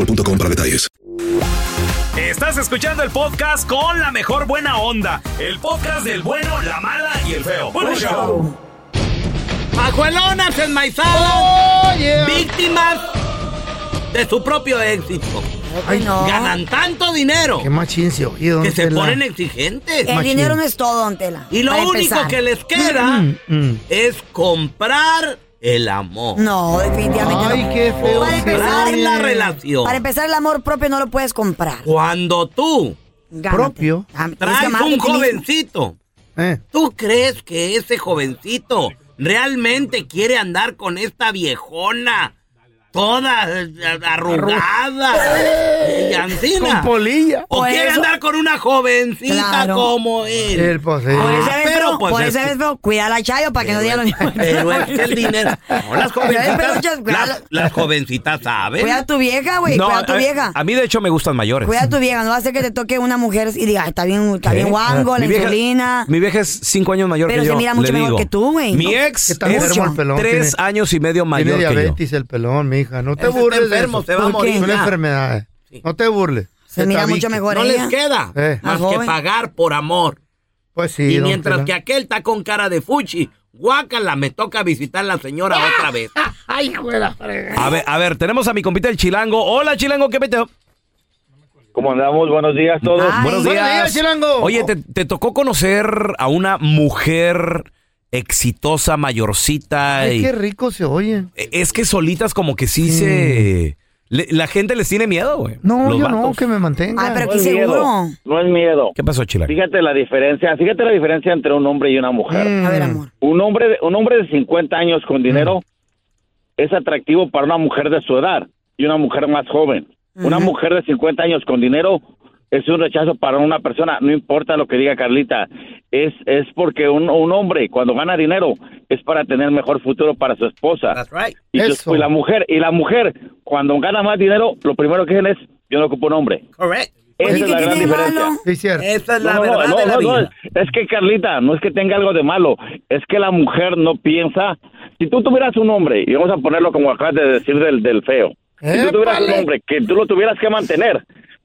[SPEAKER 7] para detalles.
[SPEAKER 8] Estás escuchando el podcast con la mejor buena onda. El podcast del bueno, la mala y el feo. Bueno, show.
[SPEAKER 6] Pajuelonas enmaizadas,
[SPEAKER 3] Oh,
[SPEAKER 6] víctimas de su propio éxito.
[SPEAKER 2] Ay, no.
[SPEAKER 6] Ganan tanto dinero
[SPEAKER 3] Qué machín se oye, don
[SPEAKER 6] que se
[SPEAKER 3] Tela.
[SPEAKER 6] ponen exigentes.
[SPEAKER 2] El dinero no es todo, don Tela.
[SPEAKER 6] Y lo
[SPEAKER 2] para
[SPEAKER 6] único
[SPEAKER 2] empezar.
[SPEAKER 6] que les queda
[SPEAKER 3] Mm, mm.
[SPEAKER 6] es comprar el amor.
[SPEAKER 2] No, definitivamente
[SPEAKER 3] Ay,
[SPEAKER 2] no.
[SPEAKER 3] qué feo.
[SPEAKER 2] Para
[SPEAKER 3] se
[SPEAKER 2] empezar,
[SPEAKER 3] oye.
[SPEAKER 6] en la relación.
[SPEAKER 2] Para empezar, el amor propio no lo puedes comprar.
[SPEAKER 1] Oh,
[SPEAKER 6] Cuando tú
[SPEAKER 2] Gánate.
[SPEAKER 3] Propio.
[SPEAKER 2] Ah, tienes que
[SPEAKER 6] traes un
[SPEAKER 2] amarte a ti mismo.
[SPEAKER 6] jovencito,
[SPEAKER 3] Eh,
[SPEAKER 6] ¿tú crees que ese jovencito realmente quiere andar con esta viejona? Toda eh, arrugada. eh, y
[SPEAKER 3] Con
[SPEAKER 6] ancina?
[SPEAKER 3] polilla.
[SPEAKER 6] ¿O
[SPEAKER 2] Por
[SPEAKER 6] quiere
[SPEAKER 2] eso-
[SPEAKER 6] andar con una jovencita
[SPEAKER 2] Pues Claro.
[SPEAKER 6] como él?
[SPEAKER 3] El pose.
[SPEAKER 2] Por
[SPEAKER 6] Ah,
[SPEAKER 2] eso eres
[SPEAKER 6] pero,
[SPEAKER 2] feo,
[SPEAKER 6] pues,
[SPEAKER 2] por
[SPEAKER 6] es
[SPEAKER 2] eso
[SPEAKER 6] que-
[SPEAKER 2] eres feo. Cuida la chayo para que no diga lo mismo.
[SPEAKER 6] Pero es que el dinero. No, las
[SPEAKER 2] Pero hay peluches,
[SPEAKER 6] jovencitas.
[SPEAKER 2] cuidado.
[SPEAKER 6] Las, las jovencitas saben.
[SPEAKER 2] Cuida a tu vieja, güey.
[SPEAKER 1] No,
[SPEAKER 2] cuida a tu
[SPEAKER 1] a-
[SPEAKER 2] vieja.
[SPEAKER 1] A mí, de hecho, me gustan mayores.
[SPEAKER 2] Cuida a tu vieja. No va a ser que te toque una mujer y diga, "Ay, está bien, está
[SPEAKER 1] ¿Qué?
[SPEAKER 2] bien guango,
[SPEAKER 1] Ah,
[SPEAKER 2] la
[SPEAKER 1] mi vieja-
[SPEAKER 2] insulina.
[SPEAKER 1] Mi vieja es cinco años mayor
[SPEAKER 2] Pero
[SPEAKER 1] que
[SPEAKER 2] se
[SPEAKER 1] yo.
[SPEAKER 2] mira
[SPEAKER 1] le
[SPEAKER 2] mucho mejor
[SPEAKER 1] digo.
[SPEAKER 2] que tú, güey,
[SPEAKER 1] Mi
[SPEAKER 2] ¿no?
[SPEAKER 1] ex
[SPEAKER 3] Está
[SPEAKER 1] es
[SPEAKER 3] enfermo el pelón,
[SPEAKER 1] tres
[SPEAKER 3] tiene-
[SPEAKER 1] años y medio
[SPEAKER 3] Tiene
[SPEAKER 1] mayor que yo.
[SPEAKER 3] diabetes el pelón, mija. No te
[SPEAKER 6] Ese está
[SPEAKER 3] burles de
[SPEAKER 6] enfermo,
[SPEAKER 3] eso.
[SPEAKER 6] se va a
[SPEAKER 3] Son
[SPEAKER 6] morir ya.
[SPEAKER 3] enfermedades. No te burles.
[SPEAKER 2] Se mira
[SPEAKER 3] tabique.
[SPEAKER 2] mucho mejor
[SPEAKER 6] No les
[SPEAKER 2] ella.
[SPEAKER 6] queda
[SPEAKER 3] Eh.
[SPEAKER 6] más
[SPEAKER 2] Ah,
[SPEAKER 6] que
[SPEAKER 2] joven.
[SPEAKER 6] pagar por amor.
[SPEAKER 3] Pues sí.
[SPEAKER 6] y
[SPEAKER 3] don
[SPEAKER 6] mientras
[SPEAKER 3] Tela.
[SPEAKER 6] que aquel está con cara de fuchi, guácala, me toca visitar la señora otra vez.
[SPEAKER 1] A ver, a ver, tenemos a mi compita el chilango. Hola, chilango, ¿qué peteo?
[SPEAKER 5] ¿Cómo andamos? Buenos días todos.
[SPEAKER 2] Ay,
[SPEAKER 1] Buenos días.
[SPEAKER 3] Buenos días, Chilango.
[SPEAKER 1] Oye, te, te tocó conocer a una mujer exitosa, mayorcita.
[SPEAKER 3] Ay,
[SPEAKER 1] y-
[SPEAKER 3] qué rico se oye.
[SPEAKER 1] E, Es que solitas como que sí
[SPEAKER 6] Mm.
[SPEAKER 3] Sí.
[SPEAKER 1] se... le- la gente les tiene miedo, güey.
[SPEAKER 3] No,
[SPEAKER 1] Los
[SPEAKER 3] yo no,
[SPEAKER 1] vatos.
[SPEAKER 3] que me mantenga.
[SPEAKER 2] Ay, Ah, pero
[SPEAKER 5] No
[SPEAKER 2] aquí
[SPEAKER 5] es
[SPEAKER 2] seguro.
[SPEAKER 5] miedo. No es miedo.
[SPEAKER 1] ¿Qué pasó, Chilango?
[SPEAKER 5] Fíjate la diferencia, fíjate la diferencia entre un hombre y una mujer.
[SPEAKER 3] Mm.
[SPEAKER 2] A ver, amor.
[SPEAKER 5] Un hombre de, un hombre de 50 años
[SPEAKER 6] Mm.
[SPEAKER 5] con dinero es atractivo para una mujer de su edad y una mujer más joven. Una mujer de 50 años con dinero es un rechazo para una persona, no importa lo que diga Carlita. Es es porque un, un hombre cuando gana dinero es para tener mejor futuro para su esposa.
[SPEAKER 6] That's right.
[SPEAKER 5] Y, yo-
[SPEAKER 3] Eso.
[SPEAKER 5] y la mujer y la mujer cuando gana más dinero, lo primero que hacen es yo no ocupo un hombre.
[SPEAKER 6] Correct.
[SPEAKER 5] Esa
[SPEAKER 2] Oye,
[SPEAKER 5] es
[SPEAKER 2] ¿qué
[SPEAKER 5] la
[SPEAKER 2] tiene
[SPEAKER 5] gran
[SPEAKER 2] de
[SPEAKER 5] diferencia.
[SPEAKER 2] malo?
[SPEAKER 3] Sí, cierto.
[SPEAKER 6] Esa es
[SPEAKER 5] No,
[SPEAKER 6] la
[SPEAKER 5] no,
[SPEAKER 6] verdad
[SPEAKER 5] no,
[SPEAKER 6] de la
[SPEAKER 5] no, no,
[SPEAKER 6] vida.
[SPEAKER 5] es- Es que Carlita, no es que tenga algo de malo, es que la mujer no piensa si tú tuvieras un hombre, y vamos a ponerlo como acabas de decir del, del feo, si tú tuvieras un hombre que tú lo tuvieras que mantener,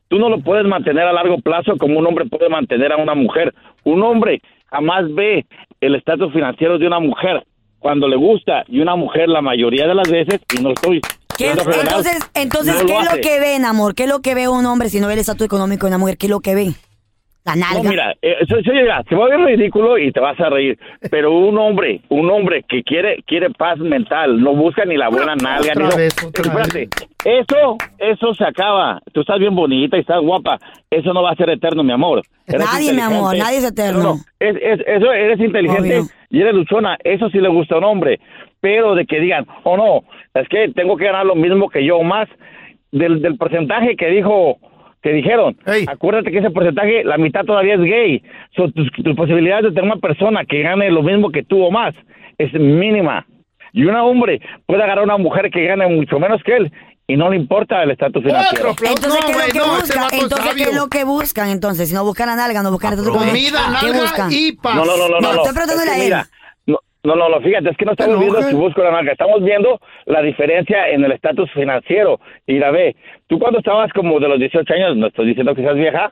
[SPEAKER 5] tú no lo puedes mantener a largo plazo como un hombre puede mantener a una mujer. Un hombre jamás ve el estatus financiero de una mujer cuando le gusta y una mujer la mayoría de las veces, y no estoy...
[SPEAKER 2] ¿Qué-
[SPEAKER 5] siendo general,
[SPEAKER 2] entonces, entonces
[SPEAKER 5] no
[SPEAKER 2] ¿qué es lo
[SPEAKER 5] hace.
[SPEAKER 2] que ven, amor? ¿Qué es lo que ve un hombre si no ve el estatus económico de una mujer? ¿Qué es lo que ve? La nalga.
[SPEAKER 5] No, mira, eh, eso- eso, mira, se va a ver ridículo y te vas a reír, pero un hombre, un hombre que quiere quiere paz mental, no busca ni la buena nalga, ni
[SPEAKER 3] otra
[SPEAKER 5] no-
[SPEAKER 3] vez, otra
[SPEAKER 5] Espérate, eso, eso se acaba. Tú estás bien bonita y estás guapa, eso no va a ser eterno, mi amor. Eres
[SPEAKER 2] nadie, mi amor,
[SPEAKER 5] inteligente.
[SPEAKER 2] nadie es eterno.
[SPEAKER 5] No, no, es- es- eso eres inteligente
[SPEAKER 2] Obvio.
[SPEAKER 5] y eres luchona, eso sí le gusta a un hombre, pero de que digan, oh no, es que tengo que ganar lo mismo que yo o más del, del porcentaje que dijo, que dijeron, acuérdate que ese porcentaje, la mitad todavía es gay, So, tus, tus posibilidades de tener una persona que gane lo mismo que tú o más es mínima. Y un hombre puede agarrar a una mujer que gane mucho menos que él y no le importa el estatus financiero.
[SPEAKER 2] Entonces, ¿qué es lo que
[SPEAKER 3] no, ese
[SPEAKER 2] buscan?
[SPEAKER 3] vato es
[SPEAKER 2] Entonces, ¿qué es
[SPEAKER 3] sabio.
[SPEAKER 2] lo que buscan? Entonces, si no buscan la nalga, no buscan el estatus
[SPEAKER 3] Comida,
[SPEAKER 2] económico, ¿qué
[SPEAKER 3] nalga
[SPEAKER 2] buscan?
[SPEAKER 3] y paz.
[SPEAKER 5] No, no, no, no, no.
[SPEAKER 2] estoy
[SPEAKER 5] Es que
[SPEAKER 2] preguntándole a él.
[SPEAKER 5] mira, no, no, no, no, fíjate, es que no estamos viendo si busco la marca, estamos viendo la diferencia en el estatus financiero. Y la ve, tú cuando estabas como de los 18 años, no estoy diciendo que seas vieja,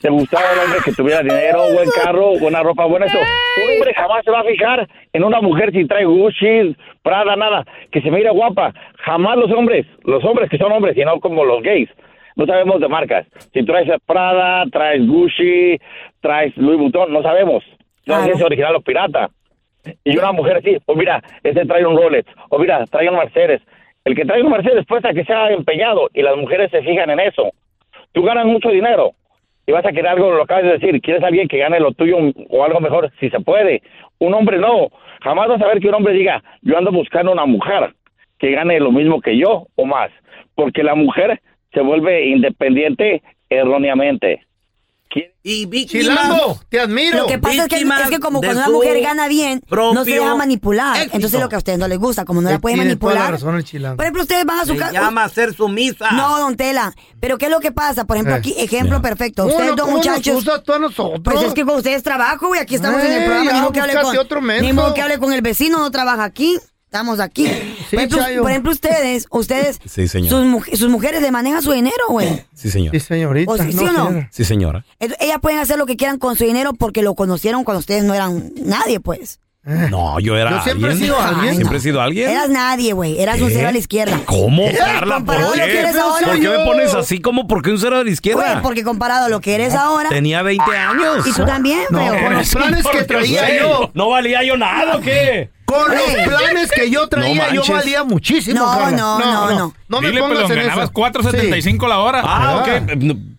[SPEAKER 5] te gustaba un hombre que tuviera dinero, buen carro, buena ropa, buena eso. Un hombre jamás se va a fijar en una mujer si trae Gucci, Prada, nada, que se mira guapa. Jamás los hombres, los hombres que son hombres y no como los gays. No sabemos de marcas. Si traes Prada, traes Gucci, traes Louis Vuitton, no sabemos. No es original o pirata. Y una mujer así, pues mira, este trae un Rolex, o mira, trae un Mercedes. El que trae un Mercedes pues a que sea empeñado y las mujeres se fijan en eso. Tú ganas mucho dinero y vas a querer algo, lo acabas de decir, quieres a alguien que gane lo tuyo o algo mejor, si se puede. Un hombre no, jamás vas a ver que un hombre diga, yo ando buscando una mujer que gane lo mismo que yo o más, porque la mujer se vuelve independiente erróneamente.
[SPEAKER 9] Y
[SPEAKER 3] Chilango, te admiro.
[SPEAKER 2] Lo que pasa es que,
[SPEAKER 3] Víctima
[SPEAKER 2] es que como
[SPEAKER 3] de
[SPEAKER 2] cuando una
[SPEAKER 3] su
[SPEAKER 2] mujer gana bien, no se
[SPEAKER 3] propio
[SPEAKER 2] deja manipular. Entonces lo que a ustedes no les gusta, como no la pueden
[SPEAKER 3] Tiene toda la
[SPEAKER 2] manipular.
[SPEAKER 3] razón el chilango.
[SPEAKER 2] Por ejemplo, ustedes van a su
[SPEAKER 3] Se
[SPEAKER 2] casa.
[SPEAKER 3] llama
[SPEAKER 9] ser sumisa.
[SPEAKER 2] No, don Tela. Pero ¿qué es lo que pasa? Por ejemplo,
[SPEAKER 3] Eh,
[SPEAKER 2] aquí, ejemplo
[SPEAKER 3] ya.
[SPEAKER 2] perfecto.
[SPEAKER 3] ¿Cómo
[SPEAKER 2] Ustedes
[SPEAKER 3] no-
[SPEAKER 2] dos
[SPEAKER 3] cómo nos
[SPEAKER 2] muchachos.
[SPEAKER 3] usas tú a nosotros?
[SPEAKER 2] Pues es que con ustedes trabajo, güey. Aquí estamos en el
[SPEAKER 3] Ey,
[SPEAKER 2] programa. Ni
[SPEAKER 3] ya,
[SPEAKER 2] modo que hable
[SPEAKER 3] búscate
[SPEAKER 2] con.
[SPEAKER 3] otro
[SPEAKER 2] ni
[SPEAKER 3] menso.
[SPEAKER 2] modo que hable con el vecino, no trabaja aquí. Estamos aquí. por, ejemplo,
[SPEAKER 3] Chayo.
[SPEAKER 2] por ejemplo, ustedes, ustedes,
[SPEAKER 1] Sí, señor.
[SPEAKER 2] Sus, muj- sus mujeres le manejan su dinero, güey.
[SPEAKER 1] Sí, señor.
[SPEAKER 3] Sí, señorita.
[SPEAKER 2] O sí, ¿sí o no? señora.
[SPEAKER 1] Sí, señora.
[SPEAKER 2] Entonces, ellas pueden hacer lo que quieran con su dinero porque lo conocieron cuando ustedes no eran nadie, pues.
[SPEAKER 1] No, yo era
[SPEAKER 3] Yo siempre he
[SPEAKER 1] alguien.
[SPEAKER 3] sido alguien.
[SPEAKER 1] Siempre he sido alguien.
[SPEAKER 2] Eras nadie, güey. Eras un
[SPEAKER 1] ¿Qué?
[SPEAKER 2] cero a la izquierda.
[SPEAKER 1] ¿Cómo,
[SPEAKER 2] Eh,
[SPEAKER 1] Carla?
[SPEAKER 2] comparado a
[SPEAKER 1] ¿Por
[SPEAKER 2] lo que
[SPEAKER 1] qué?
[SPEAKER 2] eres ahora.
[SPEAKER 1] ¿Por qué me pones así? ¿Cómo? ¿Por qué un cero de la izquierda?
[SPEAKER 2] Güey, porque comparado a lo que eres ahora.
[SPEAKER 1] Tenía 20 años.
[SPEAKER 2] Y tú también,
[SPEAKER 1] No,
[SPEAKER 2] feo.
[SPEAKER 1] con los planes que traía
[SPEAKER 3] Güey,
[SPEAKER 1] yo. ¿No valía yo nada o qué?
[SPEAKER 3] Con los
[SPEAKER 2] Güey.
[SPEAKER 3] planes que yo traía,
[SPEAKER 1] No
[SPEAKER 3] yo
[SPEAKER 1] manches.
[SPEAKER 3] valía muchísimo.
[SPEAKER 2] No,
[SPEAKER 3] Carla.
[SPEAKER 2] no, no, no.
[SPEAKER 3] me
[SPEAKER 10] Dile,
[SPEAKER 3] pongas
[SPEAKER 10] pero
[SPEAKER 3] en
[SPEAKER 10] ganabas
[SPEAKER 3] eso.
[SPEAKER 10] 4.75 la hora.
[SPEAKER 1] Ah, ok.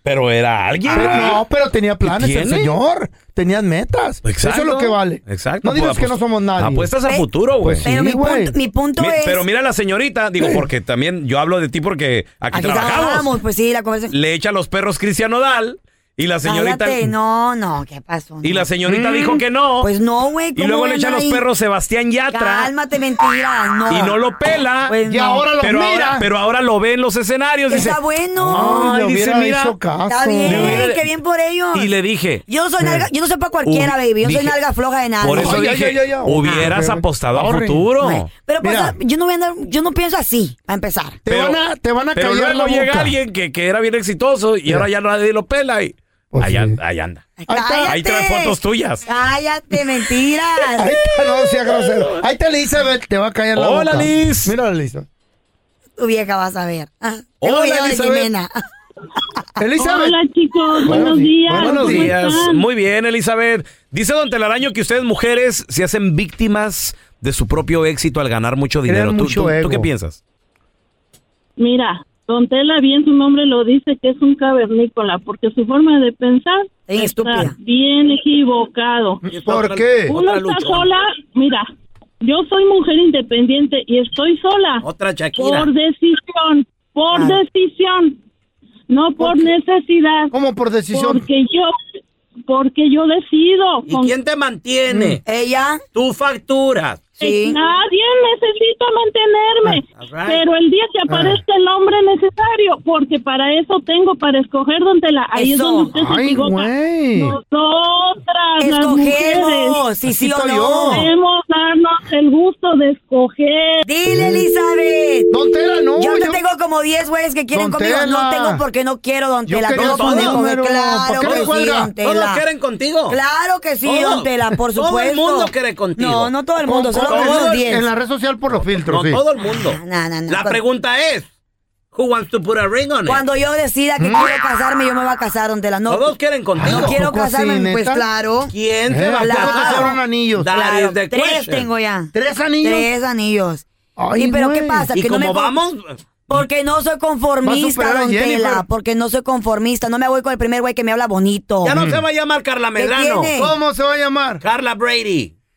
[SPEAKER 1] Pero era alguien.
[SPEAKER 3] Pero
[SPEAKER 1] güey.
[SPEAKER 3] Ah, no, pero tenía planes el
[SPEAKER 1] tiene?
[SPEAKER 3] señor. Tenías metas. Eso es lo que vale.
[SPEAKER 1] Exacto.
[SPEAKER 3] No digas
[SPEAKER 1] Pues,
[SPEAKER 3] que no somos nadie.
[SPEAKER 1] Apuestas a
[SPEAKER 3] Pe-
[SPEAKER 1] futuro, güey.
[SPEAKER 3] Pues sí, Pero mi güey. punto-
[SPEAKER 2] mi punto
[SPEAKER 1] Mi-
[SPEAKER 2] es-
[SPEAKER 1] Pero mira la señorita, digo, porque también yo hablo de ti porque aquí,
[SPEAKER 2] Aquí
[SPEAKER 1] trabajamos.
[SPEAKER 2] trabajamos, pues sí, la conversación.
[SPEAKER 1] Le echa los perros Cristiano Dal y la señorita.
[SPEAKER 2] Cállate, no, no, ¿qué pasó?
[SPEAKER 1] Y
[SPEAKER 2] No.
[SPEAKER 1] la señorita
[SPEAKER 2] Mm.
[SPEAKER 1] dijo que no.
[SPEAKER 2] Pues no, güey.
[SPEAKER 1] Y
[SPEAKER 2] ¿cómo
[SPEAKER 1] luego
[SPEAKER 2] van
[SPEAKER 1] le echa los
[SPEAKER 2] ahí?
[SPEAKER 1] perros Sebastián Yatra.
[SPEAKER 2] Cálmate, mentira, no.
[SPEAKER 1] Y no lo pela.
[SPEAKER 2] Pues no.
[SPEAKER 1] pero Ahora, pero ahora lo ve en los escenarios.
[SPEAKER 2] Está
[SPEAKER 1] dice,
[SPEAKER 2] bueno.
[SPEAKER 1] Ay,
[SPEAKER 2] Le
[SPEAKER 1] dice,
[SPEAKER 2] hubiera
[SPEAKER 1] mira.
[SPEAKER 2] hecho caso. Está bien,
[SPEAKER 1] Le hubiera-
[SPEAKER 2] qué bien por ellos.
[SPEAKER 1] Y le dije.
[SPEAKER 2] Yo soy nalga, yo no soy para cualquiera,
[SPEAKER 1] Uy,
[SPEAKER 2] baby. Yo
[SPEAKER 1] dije-
[SPEAKER 2] soy nalga floja de nada.
[SPEAKER 1] Por eso dije, hubieras
[SPEAKER 3] Ah,
[SPEAKER 1] apostado a futuro.
[SPEAKER 2] Pero pues, ah, yo no voy a andar, yo no pienso así, para empezar.
[SPEAKER 1] Pero- pero
[SPEAKER 3] callar
[SPEAKER 1] luego
[SPEAKER 3] la
[SPEAKER 1] llega
[SPEAKER 3] boca.
[SPEAKER 1] alguien que, que era bien exitoso y
[SPEAKER 3] Mira.
[SPEAKER 1] ahora ya nadie lo pela y
[SPEAKER 3] Pues
[SPEAKER 1] ahí, an- ahí anda.
[SPEAKER 2] Cállate.
[SPEAKER 1] Ahí trae fotos tuyas.
[SPEAKER 2] Cállate, mentiras.
[SPEAKER 3] Ahí está, no sea grosero. Ahí está Elizabeth, te va a callar la
[SPEAKER 1] Hola,
[SPEAKER 3] boca.
[SPEAKER 1] Liz.
[SPEAKER 3] Mira, Elizabeth.
[SPEAKER 2] Tu vieja vas a ver. Ah, Tengo
[SPEAKER 3] Hola,
[SPEAKER 2] video de
[SPEAKER 3] Elizabeth.
[SPEAKER 2] Jimena. Ah,
[SPEAKER 3] Elizabeth.
[SPEAKER 6] Hola chicos, buenos,
[SPEAKER 1] Buenos
[SPEAKER 6] días.
[SPEAKER 1] Buenos
[SPEAKER 6] ¿cómo
[SPEAKER 1] días.
[SPEAKER 6] están?
[SPEAKER 1] Muy bien, Elizabeth. Dice Don Telaraño que ustedes mujeres se hacen víctimas de su propio éxito al ganar mucho
[SPEAKER 3] Crean
[SPEAKER 1] dinero. ¿Tú-
[SPEAKER 3] mucho
[SPEAKER 1] tú, tú
[SPEAKER 3] ego.
[SPEAKER 1] qué piensas?
[SPEAKER 6] Mira, Don Tela bien su nombre lo dice que es un cavernícola porque su forma de pensar está bien equivocado.
[SPEAKER 3] ¿Por qué?
[SPEAKER 6] Uno está sola, mira, yo soy mujer independiente y estoy sola.
[SPEAKER 9] Otra Shakira.
[SPEAKER 6] Por decisión, por
[SPEAKER 9] Ah.
[SPEAKER 6] decisión, no por, necesidad.
[SPEAKER 3] ¿Cómo por decisión?
[SPEAKER 6] Porque yo, porque yo decido.
[SPEAKER 9] ¿Y quién te mantiene?
[SPEAKER 2] Ella.
[SPEAKER 9] Tú facturas.
[SPEAKER 6] Eh, Nadie necesita mantenerme, pero el día que aparezca el hombre necesario, porque para eso tengo para escoger donde la ahí es
[SPEAKER 2] Eso.
[SPEAKER 6] donde usted se
[SPEAKER 2] Ay,
[SPEAKER 6] equivoca.
[SPEAKER 2] güey.
[SPEAKER 6] Nosotras las
[SPEAKER 2] Escogemos,
[SPEAKER 6] mujeres,
[SPEAKER 2] sí, sí Así o estoy no. yo.
[SPEAKER 11] eh.
[SPEAKER 6] podemos darnos el gusto de escoger.
[SPEAKER 2] Dile, Elizabeth.
[SPEAKER 3] Don Tela, no,
[SPEAKER 2] Yo
[SPEAKER 3] yo-
[SPEAKER 2] no tengo como 10 güeyes que quieren
[SPEAKER 3] Don
[SPEAKER 2] conmigo.
[SPEAKER 3] Tela.
[SPEAKER 2] No tengo porque no quiero, don
[SPEAKER 3] Yo
[SPEAKER 2] Tela.
[SPEAKER 3] quería
[SPEAKER 2] Todos
[SPEAKER 3] tu
[SPEAKER 2] podemos comer.
[SPEAKER 3] número, ¿por
[SPEAKER 2] Claro
[SPEAKER 3] qué me
[SPEAKER 2] que sí,
[SPEAKER 3] cuelga?
[SPEAKER 2] don Tela.
[SPEAKER 3] ¿Todos quieren contigo?
[SPEAKER 2] Claro que sí,
[SPEAKER 3] Todos.
[SPEAKER 2] don Tela, por
[SPEAKER 3] Todo
[SPEAKER 2] supuesto.
[SPEAKER 3] el mundo quiere contigo.
[SPEAKER 2] No, no todo el mundo,
[SPEAKER 3] Con-
[SPEAKER 2] solo
[SPEAKER 3] con-
[SPEAKER 2] unos
[SPEAKER 3] todo el-
[SPEAKER 2] 10.
[SPEAKER 3] En la red social por los filtros,
[SPEAKER 4] Con
[SPEAKER 3] sí.
[SPEAKER 4] todo el mundo.
[SPEAKER 2] Ah, No, no, no.
[SPEAKER 4] La
[SPEAKER 2] Cuando-
[SPEAKER 4] pregunta es, ¿who wants to put a ring on it?
[SPEAKER 2] Cuando yo decida que
[SPEAKER 4] Mm.
[SPEAKER 2] quiero casarme, yo me voy a casar, don Tela. No,
[SPEAKER 4] Todos quieren contigo.
[SPEAKER 2] No quiero
[SPEAKER 4] ¿A poco
[SPEAKER 2] casarme,
[SPEAKER 4] así,
[SPEAKER 2] pues
[SPEAKER 4] neta?
[SPEAKER 2] claro.
[SPEAKER 4] ¿Quién se va a
[SPEAKER 2] Claro.
[SPEAKER 4] casar? Todos fueron anillos. That
[SPEAKER 2] Claro,
[SPEAKER 4] is the
[SPEAKER 2] Tres
[SPEAKER 4] question.
[SPEAKER 2] tengo ya.
[SPEAKER 3] ¿Tres anillos?
[SPEAKER 2] Tres anillos.
[SPEAKER 3] Ay,
[SPEAKER 2] ¿Y pero qué
[SPEAKER 3] güey.
[SPEAKER 2] pasa?
[SPEAKER 3] ¿Y
[SPEAKER 2] que no me
[SPEAKER 3] cómo
[SPEAKER 2] con-
[SPEAKER 3] vamos?
[SPEAKER 2] Porque no soy
[SPEAKER 3] Va a
[SPEAKER 2] conformista,
[SPEAKER 3] superar a
[SPEAKER 2] don
[SPEAKER 3] Jennifer.
[SPEAKER 2] Tela. Porque no soy conformista. No me voy con el primer güey que me habla bonito.
[SPEAKER 4] Ya no se va a llamar Carla
[SPEAKER 2] ¿Qué
[SPEAKER 4] Medrano.
[SPEAKER 2] tiene?
[SPEAKER 3] se va a llamar?
[SPEAKER 4] Carla Brady.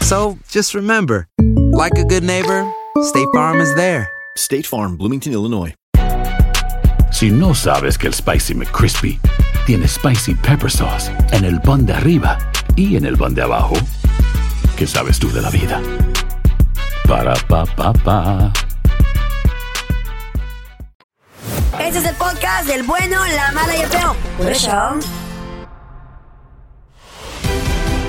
[SPEAKER 12] So just remember, like a good neighbor, State Farm is there.
[SPEAKER 13] State Farm, Bloomington, Illinois. Si no sabes que el Spicy McCrispy tiene Spicy Pepper Sauce en el pan de arriba y en el pan de abajo, ¿qué sabes tú de la vida? Para, pa, pa, pa.
[SPEAKER 2] Este es el podcast del bueno, la mala y el feo. Por eso.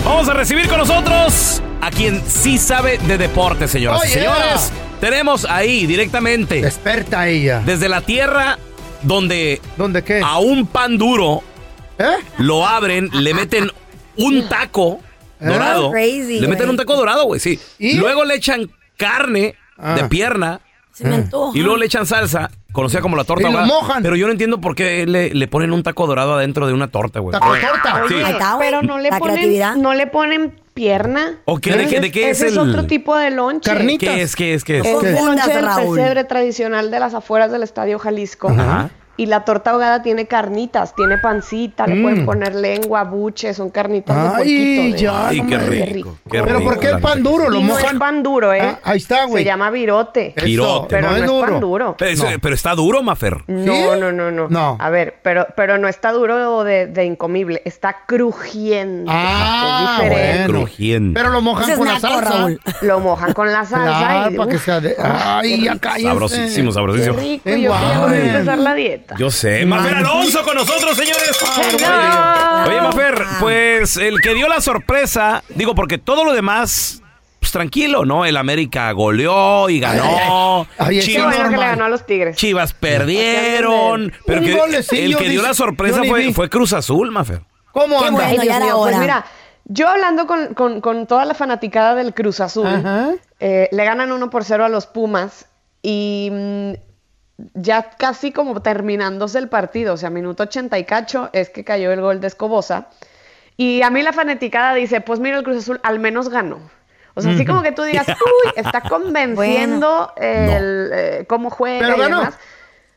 [SPEAKER 1] Vamos a recibir con nosotros a quien sí sabe de deporte, señoras
[SPEAKER 3] Oh,
[SPEAKER 1] y
[SPEAKER 3] yeah.
[SPEAKER 1] señores. Tenemos ahí directamente.
[SPEAKER 3] Experta ella.
[SPEAKER 1] Desde la tierra donde.
[SPEAKER 3] ¿Donde qué? ¿Eh?
[SPEAKER 1] A un pan duro. Lo abren, le meten un taco
[SPEAKER 14] ¿Eh?
[SPEAKER 1] dorado.
[SPEAKER 14] Crazy,
[SPEAKER 1] le meten
[SPEAKER 14] güey.
[SPEAKER 1] un taco dorado, güey, sí. Luego le echan carne de pierna. Y luego le echan salsa, conocida como la torta
[SPEAKER 3] Y lo
[SPEAKER 1] ahogada.
[SPEAKER 3] mojan.
[SPEAKER 1] Pero yo no entiendo por qué le, le ponen un taco dorado adentro de una torta, güey.
[SPEAKER 3] Taco torta.
[SPEAKER 1] Ah, Sí.
[SPEAKER 11] Oye, pero Ah, no le
[SPEAKER 2] La
[SPEAKER 11] ponen, no le ponen pierna.
[SPEAKER 1] ¿O qué? ¿De qué- de qué
[SPEAKER 11] ¿Eh? Ese
[SPEAKER 1] es
[SPEAKER 11] es,
[SPEAKER 1] el-
[SPEAKER 11] otro tipo de lonche.
[SPEAKER 1] ¿Qué es? ¿Qué es? ¿Qué es?
[SPEAKER 11] Es el lonche del
[SPEAKER 1] Raúl.
[SPEAKER 11] pesebre tradicional de las afueras del Estadio Jalisco.
[SPEAKER 1] Ajá.
[SPEAKER 11] Y la torta ahogada tiene carnitas, tiene pancita, le
[SPEAKER 3] Mm.
[SPEAKER 11] pueden poner lengua, buche, son carnitas de
[SPEAKER 3] Ay,
[SPEAKER 11] puerquito. de-
[SPEAKER 3] ya, Ay, no qué manches.
[SPEAKER 1] rico, qué
[SPEAKER 11] Pero
[SPEAKER 3] Pero
[SPEAKER 1] rico,
[SPEAKER 3] ¿por qué el
[SPEAKER 1] la
[SPEAKER 3] pan duro? Lo
[SPEAKER 11] Y no es
[SPEAKER 3] mojan.
[SPEAKER 11] pan duro, ¿eh?
[SPEAKER 3] Ah, ahí está, güey. Eh,
[SPEAKER 11] Se llama virote.
[SPEAKER 1] Virote.
[SPEAKER 11] Pero no, es, pan duro.
[SPEAKER 1] Pero, eso- pero está duro, Mafer.
[SPEAKER 11] No, no, no, Ah, no, A ver, pero, pero no está duro de, de incomible, está crujiente.
[SPEAKER 3] Ah,
[SPEAKER 11] es diferente.
[SPEAKER 3] bueno.
[SPEAKER 1] Crujiente.
[SPEAKER 3] Pero lo mojan con la salsa.
[SPEAKER 11] Lo mojan con la salsa.
[SPEAKER 3] Claro,
[SPEAKER 11] y,
[SPEAKER 3] para que
[SPEAKER 11] uf,
[SPEAKER 3] sea de...
[SPEAKER 11] qué
[SPEAKER 3] Ay, ya
[SPEAKER 11] rico.
[SPEAKER 3] cállense.
[SPEAKER 1] Sabrosísimo, sabrosísimo.
[SPEAKER 11] Qué rico, yo que ya voy a empezar la dieta.
[SPEAKER 1] Yo sé, Mafer Alonso con nosotros, señores.
[SPEAKER 11] Hello.
[SPEAKER 1] Oye, Mafer,
[SPEAKER 12] Ah.
[SPEAKER 1] pues el que dio la sorpresa, digo, porque todo lo demás, pues tranquilo, ¿no? El América goleó y ganó.
[SPEAKER 11] Qué
[SPEAKER 1] Chivas,
[SPEAKER 11] bueno que le ganó a los Tigres.
[SPEAKER 1] Chivas perdieron. Pero
[SPEAKER 11] Un
[SPEAKER 1] que-
[SPEAKER 11] golecillo,
[SPEAKER 1] el que dio
[SPEAKER 11] dice.
[SPEAKER 1] la sorpresa
[SPEAKER 11] Yo ni
[SPEAKER 1] fue,
[SPEAKER 11] vi.
[SPEAKER 1] fue Cruz Azul, Mafer.
[SPEAKER 3] ¿Cómo
[SPEAKER 11] Qué
[SPEAKER 3] anda?
[SPEAKER 11] bueno, Dios mío, Pues mira, yo hablando con, con- con toda la fanaticada del Cruz Azul, eh, le ganan 1 por 0 a los Pumas y mm, ya casi como terminándose el partido, o sea, minuto 80 y cacho, es que cayó el gol de Escobosa. Y a mí la fanaticada dice, pues mira, el Cruz Azul al menos ganó. O sea, así
[SPEAKER 15] Ujú.
[SPEAKER 11] como que tú digas, uy, está convenciendo el, eh, cómo juega
[SPEAKER 15] Pero
[SPEAKER 11] y
[SPEAKER 15] ganó.
[SPEAKER 11] demás.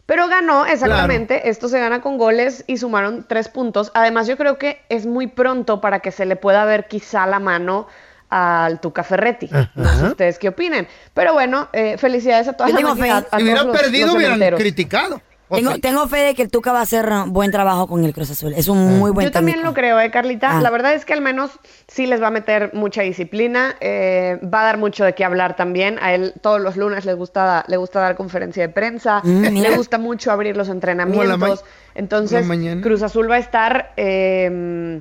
[SPEAKER 11] Pero ganó, exactamente. Esto se gana con goles y sumaron tres puntos. Además, yo creo que es muy pronto para que se le pueda ver quizá la mano al Tuca Ferretti. No sé ustedes qué opinen. Pero bueno, eh, felicidades a todas
[SPEAKER 2] Yo tengo
[SPEAKER 11] las
[SPEAKER 2] fe. Si hubieran perdido, hubieran
[SPEAKER 3] criticado.
[SPEAKER 2] Tengo, tengo fe de que el Tuca va a hacer uh, buen trabajo con el Cruz Azul. Es un
[SPEAKER 3] Mm.
[SPEAKER 2] muy buen
[SPEAKER 11] Yo también
[SPEAKER 2] técnico.
[SPEAKER 11] lo creo, ¿eh, Carlita?
[SPEAKER 2] Ah.
[SPEAKER 11] La verdad es que al menos sí les va a meter mucha disciplina, eh, va a dar mucho de qué hablar también. A él todos los lunes le gusta, le gusta dar conferencia de prensa,
[SPEAKER 15] Mm, mira.
[SPEAKER 11] le gusta mucho abrir los entrenamientos. Entonces,
[SPEAKER 15] la mañana.
[SPEAKER 11] Cruz Azul va a estar, eh,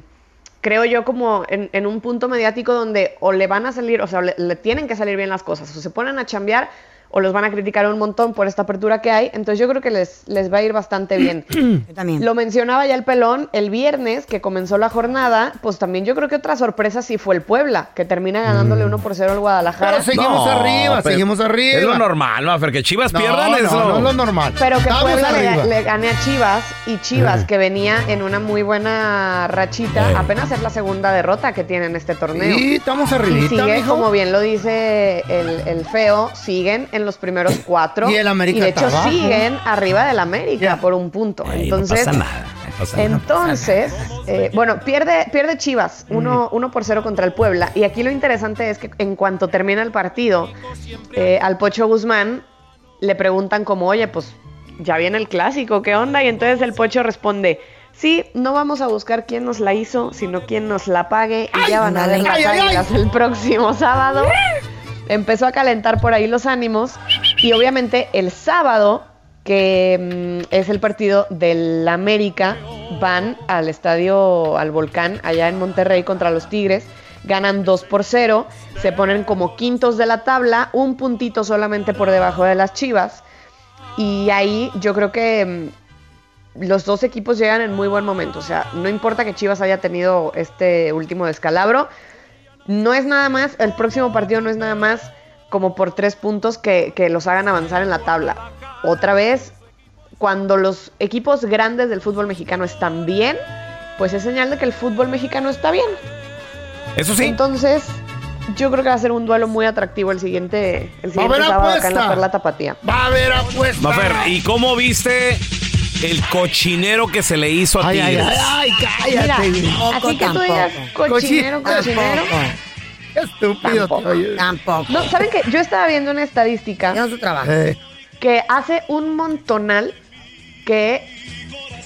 [SPEAKER 11] creo yo, como en, en un punto mediático donde o le van a salir, o sea, le, le tienen que salir bien las cosas, o se ponen a chambear. o los van a criticar un montón por esta apertura que hay. Entonces yo creo que les, les va a ir bastante bien. Lo mencionaba ya el pelón, el viernes que comenzó la jornada, pues también yo creo que otra sorpresa sí fue el Puebla, que termina ganándole 1 por 0 al Guadalajara.
[SPEAKER 3] Mm. Pero seguimos arriba, seguimos arriba.
[SPEAKER 1] Es lo normal, Mafer, que Chivas
[SPEAKER 3] No,
[SPEAKER 1] pierdan
[SPEAKER 3] no,
[SPEAKER 1] es lo...
[SPEAKER 3] no es lo normal.
[SPEAKER 11] Pero que
[SPEAKER 3] Estamos
[SPEAKER 11] Puebla
[SPEAKER 3] arriba.
[SPEAKER 11] le, le gane a Chivas y Chivas,
[SPEAKER 3] Ajá.
[SPEAKER 11] que venía en una muy buena rachita,
[SPEAKER 3] Sí.
[SPEAKER 11] apenas es la segunda derrota que tiene en este torneo.
[SPEAKER 3] Sí, estamos
[SPEAKER 11] Y
[SPEAKER 3] arribita,
[SPEAKER 11] sigue,
[SPEAKER 3] mijo.
[SPEAKER 11] como bien lo dice el, el feo, siguen en los primeros cuatro.
[SPEAKER 3] Y el América
[SPEAKER 11] Y de
[SPEAKER 3] está
[SPEAKER 11] hecho
[SPEAKER 3] abajo.
[SPEAKER 11] siguen arriba del América por un punto. Entonces, entonces, eh, bueno, pierde, pierde Chivas 1 por 0 contra el Puebla. Y aquí lo interesante es que en cuanto termina el partido, eh, al Pocho Guzmán le preguntan como, oye, pues ya viene el clásico, ¿qué onda? Y entonces el Pocho responde, sí, no vamos a buscar quién nos la hizo, sino quién nos la pague. Y ya van a ver las
[SPEAKER 6] ándale. Ay, ay, ay.
[SPEAKER 11] águilas el próximo sábado. Empezó a calentar por ahí los ánimos. Y obviamente el sábado que mm, es el partido del América, van al estadio, al volcán, allá en Monterrey contra los Tigres, ganan 2 por 0, se ponen como quintos de la tabla, un puntito solamente por debajo de las Chivas, y ahí yo creo que mm, los dos equipos llegan en muy buen momento, o sea, no importa que Chivas haya tenido este último descalabro, no es nada más, el próximo partido no es nada más como por tres puntos que, que los hagan avanzar en la tabla. Otra vez, cuando los equipos grandes del fútbol mexicano están bien, pues es señal de que el fútbol mexicano está bien.
[SPEAKER 1] Eso sí.
[SPEAKER 11] Entonces, yo creo que va a ser un duelo muy atractivo el siguiente, el
[SPEAKER 3] Va a
[SPEAKER 11] siguiente
[SPEAKER 3] haber
[SPEAKER 11] sábado acá en
[SPEAKER 3] apuesta.
[SPEAKER 11] la Perla Tapatía.
[SPEAKER 3] Va a haber apuesta.
[SPEAKER 1] Mafer, ¿y cómo viste el cochinero que se le hizo a
[SPEAKER 3] Ay, ay,
[SPEAKER 1] Tigres?
[SPEAKER 3] ay, ay, cállate.
[SPEAKER 2] Mira,
[SPEAKER 3] güey.
[SPEAKER 2] así que tú digas,
[SPEAKER 3] Tampoco.
[SPEAKER 11] cochinero, cochinero.
[SPEAKER 3] Qué estúpido.
[SPEAKER 11] Tampoco.
[SPEAKER 3] tío.
[SPEAKER 11] No, ¿saben qué? Yo estaba viendo una estadística Ah,
[SPEAKER 3] Eh,
[SPEAKER 11] que hace un montonal que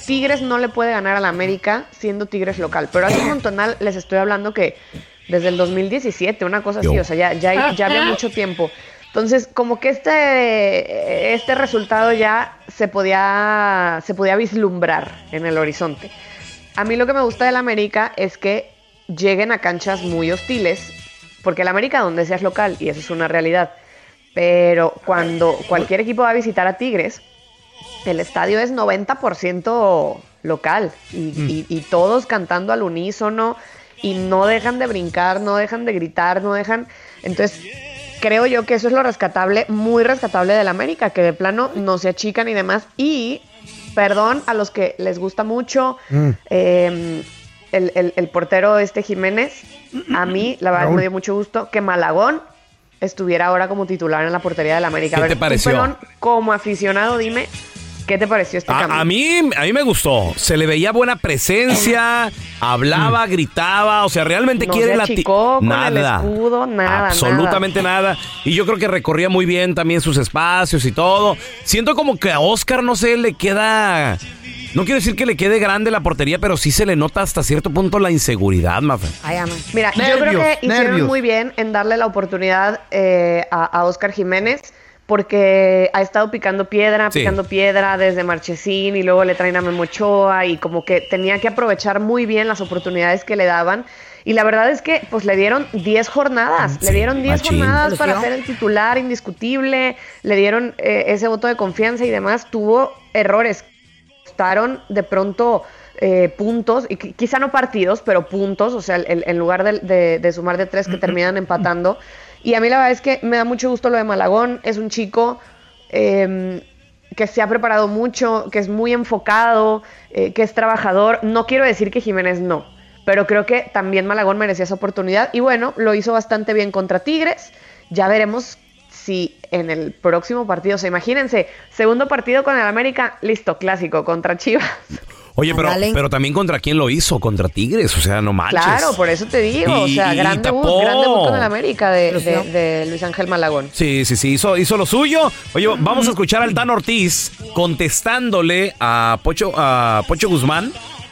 [SPEAKER 11] Tigres no le puede ganar a la América siendo Tigres local. Pero hace un montonal les estoy hablando que desde el 2017, una cosa así,
[SPEAKER 6] Yo.
[SPEAKER 11] o sea, ya, ya, ya había
[SPEAKER 6] Ajá.
[SPEAKER 11] mucho tiempo. Entonces, como que este, este resultado ya se podía, se podía vislumbrar en el horizonte. A mí lo que me gusta del América es que lleguen a canchas muy hostiles, porque el América donde sea es local, y eso es una realidad. Pero cuando cualquier equipo va a visitar a Tigres, el estadio es 90% local y,
[SPEAKER 6] Mm.
[SPEAKER 11] y- y todos cantando al unísono y no dejan de brincar, no dejan de gritar, no dejan... Entonces, creo yo que eso es lo rescatable, muy rescatable del América, que de plano no se achican y demás. Y, perdón, a los que les gusta mucho
[SPEAKER 6] Mm.
[SPEAKER 11] eh, el, el- el portero este Jiménez, a mí la verdad
[SPEAKER 6] Raúl.
[SPEAKER 11] me dio mucho gusto que Malagón estuviera ahora como titular en la portería del América.
[SPEAKER 1] ¿Qué
[SPEAKER 11] A ver,
[SPEAKER 1] te
[SPEAKER 11] tú,
[SPEAKER 1] pareció?
[SPEAKER 11] Pelón, como aficionado, dime, ¿qué te pareció este cambio?
[SPEAKER 1] Ah, A, a mí, a mí me gustó. Se le veía buena presencia, hablaba, gritaba, o sea, realmente
[SPEAKER 11] No
[SPEAKER 1] quiere
[SPEAKER 11] se
[SPEAKER 1] la ti-
[SPEAKER 11] achicó con el
[SPEAKER 1] nada.
[SPEAKER 11] escudo, nada,
[SPEAKER 1] Absolutamente nada. Y yo creo que recorría muy bien también sus espacios y todo. Siento como que a Oscar, no sé, le queda. No quiero decir que le quede grande la portería, pero sí se le nota hasta cierto punto la inseguridad, Mafe.
[SPEAKER 11] Mira, yo creo
[SPEAKER 1] Nervios,
[SPEAKER 11] que hicieron
[SPEAKER 1] nervios.
[SPEAKER 11] muy bien en darle la oportunidad eh, a, a Oscar Jiménez porque ha estado picando piedra,
[SPEAKER 6] Sí.
[SPEAKER 11] picando piedra desde Marchesín y luego le traen a Memochoa y como que tenía que aprovechar muy bien las oportunidades que le daban. Y la verdad es que pues le dieron 10 jornadas, le dieron 10
[SPEAKER 6] machín.
[SPEAKER 11] jornadas para
[SPEAKER 6] Lució.
[SPEAKER 11] ser el titular indiscutible, le dieron eh, ese voto de confianza y demás, tuvo errores costaron de pronto eh, puntos, y qui- quizá no partidos, pero puntos, o sea, el- el- en lugar del- de, de sumar de tres que terminan empatando. Y a mí la verdad es que me da mucho gusto lo de Malagón, es un chico eh, que se ha preparado mucho, que es muy enfocado, eh, que es trabajador. No quiero decir que Jiménez no, pero creo que también Malagón merecía esa oportunidad y bueno, lo hizo bastante bien contra Tigres. Ya veremos si en el próximo partido, o sea, imagínense, segundo partido con el América, listo, clásico contra Chivas.
[SPEAKER 1] Oye, pero,
[SPEAKER 11] Ándale.
[SPEAKER 1] pero también contra quién lo hizo, contra Tigres, o sea, no manches.
[SPEAKER 11] Claro, por eso te digo,
[SPEAKER 1] Y-
[SPEAKER 11] o sea,
[SPEAKER 1] y
[SPEAKER 11] gran debut,
[SPEAKER 1] tapó.
[SPEAKER 11] gran debut con el América de, de- de Luis Ángel Malagón.
[SPEAKER 1] Sí, sí, sí, hizo, hizo lo suyo. Oye, vamos a escuchar al Dan Ortiz contestándole a Pocho, a Pocho Guzmán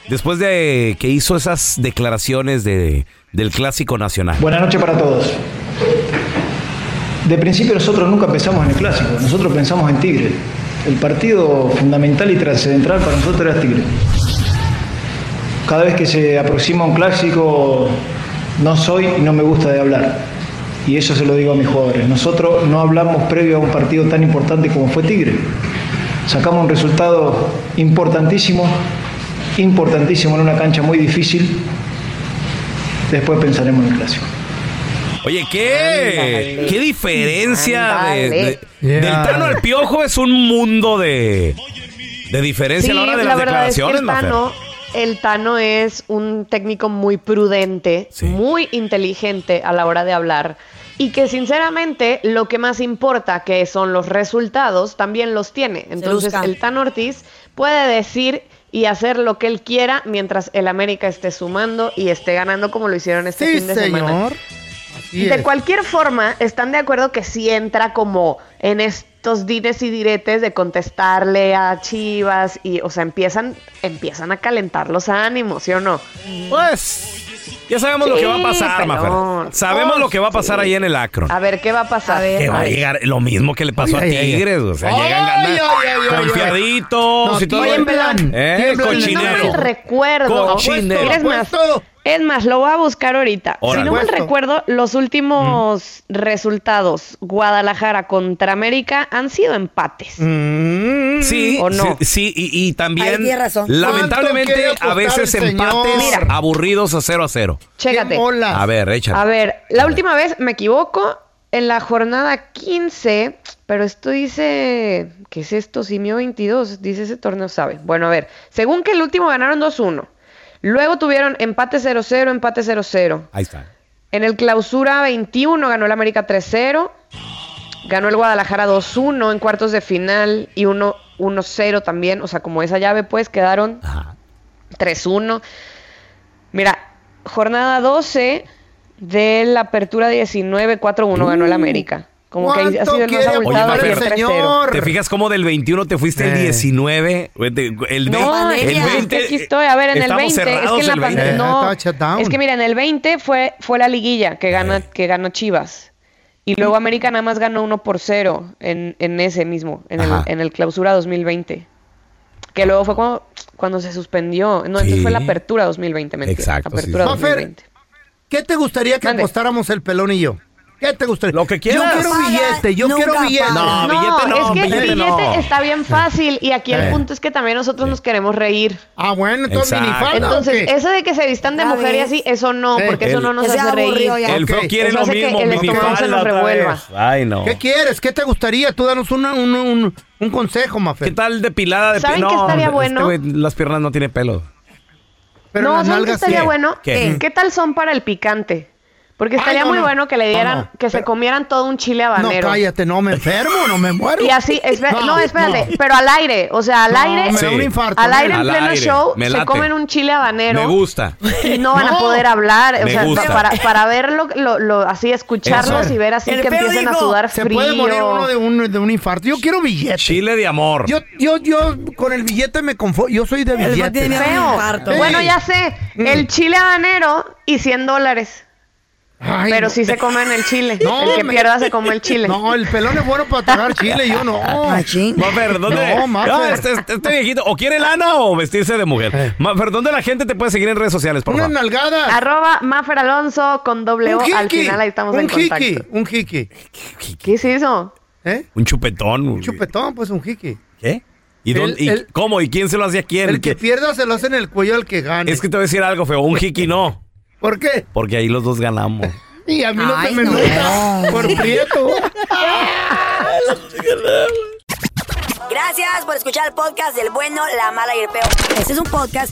[SPEAKER 1] después de que hizo esas declaraciones de, del Clásico Nacional.
[SPEAKER 15] Buenas noches para todos. De principio nosotros nunca pensamos en el clásico, nosotros pensamos en Tigre. El partido fundamental y trascendental para nosotros era Tigre. Cada vez que se aproxima un clásico, no soy y no me gusta de hablar. y eso se lo digo a mis jugadores. Nosotros no hablamos previo a un partido tan importante como fue Tigre. Sacamos un resultado importantísimo, importantísimo en una cancha muy difícil. Después pensaremos en el clásico.
[SPEAKER 1] Oye, ¿qué? ¿Qué diferencia de-
[SPEAKER 11] Ándale.
[SPEAKER 1] de-
[SPEAKER 11] Yeah.
[SPEAKER 1] del Tano al Piojo? Es un mundo de, de diferencia a la hora de las
[SPEAKER 11] verdad es que
[SPEAKER 1] declaraciones,
[SPEAKER 11] el
[SPEAKER 1] Mafer.
[SPEAKER 11] Tano, el Tano es un técnico muy prudente, muy inteligente a la hora de hablar y que sinceramente lo que más importa, que son los resultados, también los tiene. Entonces
[SPEAKER 2] busca.
[SPEAKER 11] el Tano Ortiz puede decir y hacer lo que él quiera mientras el América esté sumando y esté ganando como lo hicieron este
[SPEAKER 3] Sí,
[SPEAKER 11] fin de semana.
[SPEAKER 3] señor. Así
[SPEAKER 11] de
[SPEAKER 3] es.
[SPEAKER 11] cualquier forma, están de acuerdo que sí entra como en estos dites y diretes de contestarle a Chivas y, o sea, empiezan, empiezan a calentar los ánimos, ¿sí o no?
[SPEAKER 1] Pues, ya sabemos lo que va a pasar, Mafer. Sabemos
[SPEAKER 11] Oh,
[SPEAKER 1] lo que va a pasar ahí en el Acron.
[SPEAKER 11] A ver, ¿qué va a pasar?
[SPEAKER 1] Que va a llegar lo mismo que le pasó
[SPEAKER 11] Ay,
[SPEAKER 1] a
[SPEAKER 11] ay, ay.
[SPEAKER 1] Tigres. O sea,
[SPEAKER 11] Ay,
[SPEAKER 1] llegan ganas,
[SPEAKER 11] ay, ay, ay, ay.
[SPEAKER 1] confiaditos
[SPEAKER 11] No,
[SPEAKER 1] y todo.
[SPEAKER 11] tiemblan,
[SPEAKER 1] Eh,
[SPEAKER 11] tiemblan. Si no
[SPEAKER 1] cochinero.
[SPEAKER 11] mal recuerdo,
[SPEAKER 1] Cochinero.
[SPEAKER 11] es más, es más, lo voy a buscar ahorita.
[SPEAKER 1] Órale.
[SPEAKER 11] Si no mal
[SPEAKER 1] Apuesto. Mm.
[SPEAKER 11] recuerdo, los últimos resultados Guadalajara contra América han sido empates.
[SPEAKER 1] Mm. Sí,
[SPEAKER 11] mm, ¿O no?
[SPEAKER 1] sí, sí, y, y también,
[SPEAKER 11] Ahí tiene razón.
[SPEAKER 1] lamentablemente,
[SPEAKER 11] ¿Cuánto quiere
[SPEAKER 1] a veces
[SPEAKER 11] apostar el
[SPEAKER 1] empates
[SPEAKER 11] señor? Mira.
[SPEAKER 1] aburridos a 0 a 0.
[SPEAKER 11] Chécate.
[SPEAKER 1] A ver, échale.
[SPEAKER 11] A ver, la última vez me equivoco en la jornada 15, pero esto dice, ¿qué es esto? Simio 22, dice ese torneo sabe. Bueno, a ver, según que el último ganaron 2-1. Luego tuvieron empate 0-0, empate 0-0.
[SPEAKER 1] Ahí está.
[SPEAKER 11] En el clausura 21 ganó el América 3-0. Ganó el Guadalajara 2-1 en cuartos de final y 1 1-0 también. O sea, como esa llave, pues quedaron 3-1. Mira, jornada 12 de la apertura 19, 4-1 ganó el América. Como que ha sido el más abultado
[SPEAKER 1] Oye,
[SPEAKER 11] el
[SPEAKER 1] Mafer,
[SPEAKER 11] 3-0.
[SPEAKER 1] ¿te fijas cómo del 21 te fuiste
[SPEAKER 11] Eh.
[SPEAKER 1] el 19? El, de- el
[SPEAKER 11] No,
[SPEAKER 1] 20,
[SPEAKER 11] es que
[SPEAKER 1] el
[SPEAKER 11] aquí
[SPEAKER 1] 20
[SPEAKER 11] estoy. A ver, en el
[SPEAKER 1] estamos
[SPEAKER 11] 20. Es que,
[SPEAKER 1] cerrados
[SPEAKER 11] en la
[SPEAKER 1] el
[SPEAKER 11] pan-
[SPEAKER 1] 20.
[SPEAKER 11] no,
[SPEAKER 1] Ah, está shutdown.
[SPEAKER 11] es que mira, en el 20 fue, fue la liguilla que,
[SPEAKER 1] Eh.
[SPEAKER 11] gana, que ganó Chivas. Y luego América nada más ganó 1 por 0 en, en ese mismo, en el,
[SPEAKER 1] Ajá.
[SPEAKER 11] en el clausura 2020. Que luego fue cuando, cuando se suspendió. No, entonces
[SPEAKER 3] Sí.
[SPEAKER 11] fue la apertura 2020, mentira.
[SPEAKER 3] Exacto, sí,
[SPEAKER 11] Apertura
[SPEAKER 3] sí.
[SPEAKER 11] 2020.
[SPEAKER 3] ¿Qué te gustaría que apostáramos el pelón y yo? ¿Qué te gustaría? Lo que
[SPEAKER 1] quieras.
[SPEAKER 3] Yo quiero billete, yo
[SPEAKER 1] Nunca
[SPEAKER 3] quiero
[SPEAKER 1] paga.
[SPEAKER 3] billete.
[SPEAKER 1] No, billete no,
[SPEAKER 11] es que
[SPEAKER 1] billete
[SPEAKER 11] el
[SPEAKER 1] no.
[SPEAKER 11] billete está bien fácil y aquí
[SPEAKER 3] Eh.
[SPEAKER 11] el punto es que también nosotros nos queremos reír.
[SPEAKER 3] Ah, bueno,
[SPEAKER 1] entonces Exacto. minifalda, ¿o
[SPEAKER 11] Entonces,
[SPEAKER 1] qué?
[SPEAKER 11] eso de que se vistan de
[SPEAKER 2] Ya
[SPEAKER 11] mujer y
[SPEAKER 2] ves.
[SPEAKER 11] así, eso no,
[SPEAKER 1] Sí.
[SPEAKER 11] porque eso
[SPEAKER 1] El-
[SPEAKER 11] no nos
[SPEAKER 2] Ese
[SPEAKER 11] hace reír.
[SPEAKER 2] aburrido ya.
[SPEAKER 1] El feo quiere
[SPEAKER 11] Eso
[SPEAKER 1] lo
[SPEAKER 11] hace que
[SPEAKER 1] mismo,
[SPEAKER 11] el estómago se
[SPEAKER 1] minifalda
[SPEAKER 11] nos
[SPEAKER 1] otra
[SPEAKER 11] revuelva.
[SPEAKER 1] vez. Ay, no.
[SPEAKER 3] ¿Qué quieres? ¿Qué te gustaría? Tú danos una- un, un- un consejo, Mafer. ¿Qué
[SPEAKER 1] tal depilada de
[SPEAKER 11] ¿Saben
[SPEAKER 1] pi-
[SPEAKER 11] qué
[SPEAKER 1] no,
[SPEAKER 11] estaría
[SPEAKER 1] este
[SPEAKER 11] bueno?
[SPEAKER 1] güey, las piernas no tiene pelo.
[SPEAKER 3] Pero
[SPEAKER 11] no, ¿saben
[SPEAKER 3] las
[SPEAKER 11] qué
[SPEAKER 3] nalgas
[SPEAKER 11] estaría
[SPEAKER 3] sí.
[SPEAKER 11] bueno? Eh,
[SPEAKER 1] ¿Qué?
[SPEAKER 11] ¿Qué? tal son para el picante? Porque estaría
[SPEAKER 3] no,
[SPEAKER 11] muy
[SPEAKER 3] no.
[SPEAKER 11] bueno que le
[SPEAKER 3] No,
[SPEAKER 11] dieran,
[SPEAKER 3] no,
[SPEAKER 11] que se comieran todo un chile
[SPEAKER 3] No,
[SPEAKER 11] habanero.
[SPEAKER 3] cállate, no me enfermo, no me muero.
[SPEAKER 11] Y así, espe- no, espérate,
[SPEAKER 3] no.
[SPEAKER 11] pero al aire, o sea, al
[SPEAKER 3] No,
[SPEAKER 11] aire,
[SPEAKER 3] me da un infarto,
[SPEAKER 11] al
[SPEAKER 3] me-
[SPEAKER 11] aire en
[SPEAKER 3] Al
[SPEAKER 11] pleno
[SPEAKER 3] aire,
[SPEAKER 11] show,
[SPEAKER 1] me
[SPEAKER 11] se
[SPEAKER 1] late.
[SPEAKER 11] comen un chile habanero.
[SPEAKER 1] Me gusta.
[SPEAKER 11] Y no van a poder hablar, o
[SPEAKER 1] Me
[SPEAKER 11] sea,
[SPEAKER 1] gusta.
[SPEAKER 11] para, para verlo, lo, lo- así escucharlos
[SPEAKER 1] Eso.
[SPEAKER 11] y ver así
[SPEAKER 3] El
[SPEAKER 11] que
[SPEAKER 3] feo
[SPEAKER 11] empiecen a
[SPEAKER 3] dijo,
[SPEAKER 11] sudar
[SPEAKER 3] Se
[SPEAKER 11] frío.
[SPEAKER 3] puede morir uno de un, de un infarto. Yo quiero billete.
[SPEAKER 1] Chile de amor.
[SPEAKER 3] Yo, yo, yo con el billete me conformo. Yo soy de billete.
[SPEAKER 11] Feo. Bueno, ya sé,
[SPEAKER 3] Mm.
[SPEAKER 11] el chile habanero y 100 dólares.
[SPEAKER 3] Ay,
[SPEAKER 11] pero
[SPEAKER 3] no.
[SPEAKER 11] si se comen el chile. el que
[SPEAKER 3] me-
[SPEAKER 11] pierda se come el chile.
[SPEAKER 3] No, el pelón es bueno para tragar chile, yo no.
[SPEAKER 2] Ah,
[SPEAKER 1] Mafer, ¿dónde?
[SPEAKER 3] No, Mafer.
[SPEAKER 1] Ah, este, este- este viejito, o quiere lana o vestirse de
[SPEAKER 3] Eh.
[SPEAKER 1] mujer. Mafer, ¿dónde la gente te puede seguir en redes sociales, por favor?
[SPEAKER 3] nalgada.
[SPEAKER 11] Arroba Mafer Alonso con doble O.
[SPEAKER 3] Un
[SPEAKER 11] Ah, Al
[SPEAKER 3] jiki,
[SPEAKER 11] final ahí estamos
[SPEAKER 3] un
[SPEAKER 11] en contacto.
[SPEAKER 3] jiki, un ¿eh? jiki.
[SPEAKER 11] ¿Qué es eso?
[SPEAKER 3] ¿Eh?
[SPEAKER 1] Un chupetón. Un
[SPEAKER 3] Chupetón, pues un jiki.
[SPEAKER 1] ¿Qué? ¿Y,
[SPEAKER 3] El-
[SPEAKER 1] dónde- y
[SPEAKER 3] el-
[SPEAKER 1] cómo? ¿Y quién se lo hace a quién?
[SPEAKER 3] El
[SPEAKER 1] ¿Qué?
[SPEAKER 3] que pierda se lo hace en el cuello al que gane.
[SPEAKER 1] Es que te voy a decir algo feo. Un jiki no.
[SPEAKER 3] ¿Por qué?
[SPEAKER 1] Porque ahí los dos ganamos.
[SPEAKER 3] Y a mí no
[SPEAKER 2] Ay,
[SPEAKER 3] se me
[SPEAKER 2] no.
[SPEAKER 3] nota por prieto.
[SPEAKER 2] Gracias por escuchar el podcast del bueno, la mala y el peo. Este es un podcast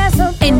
[SPEAKER 16] En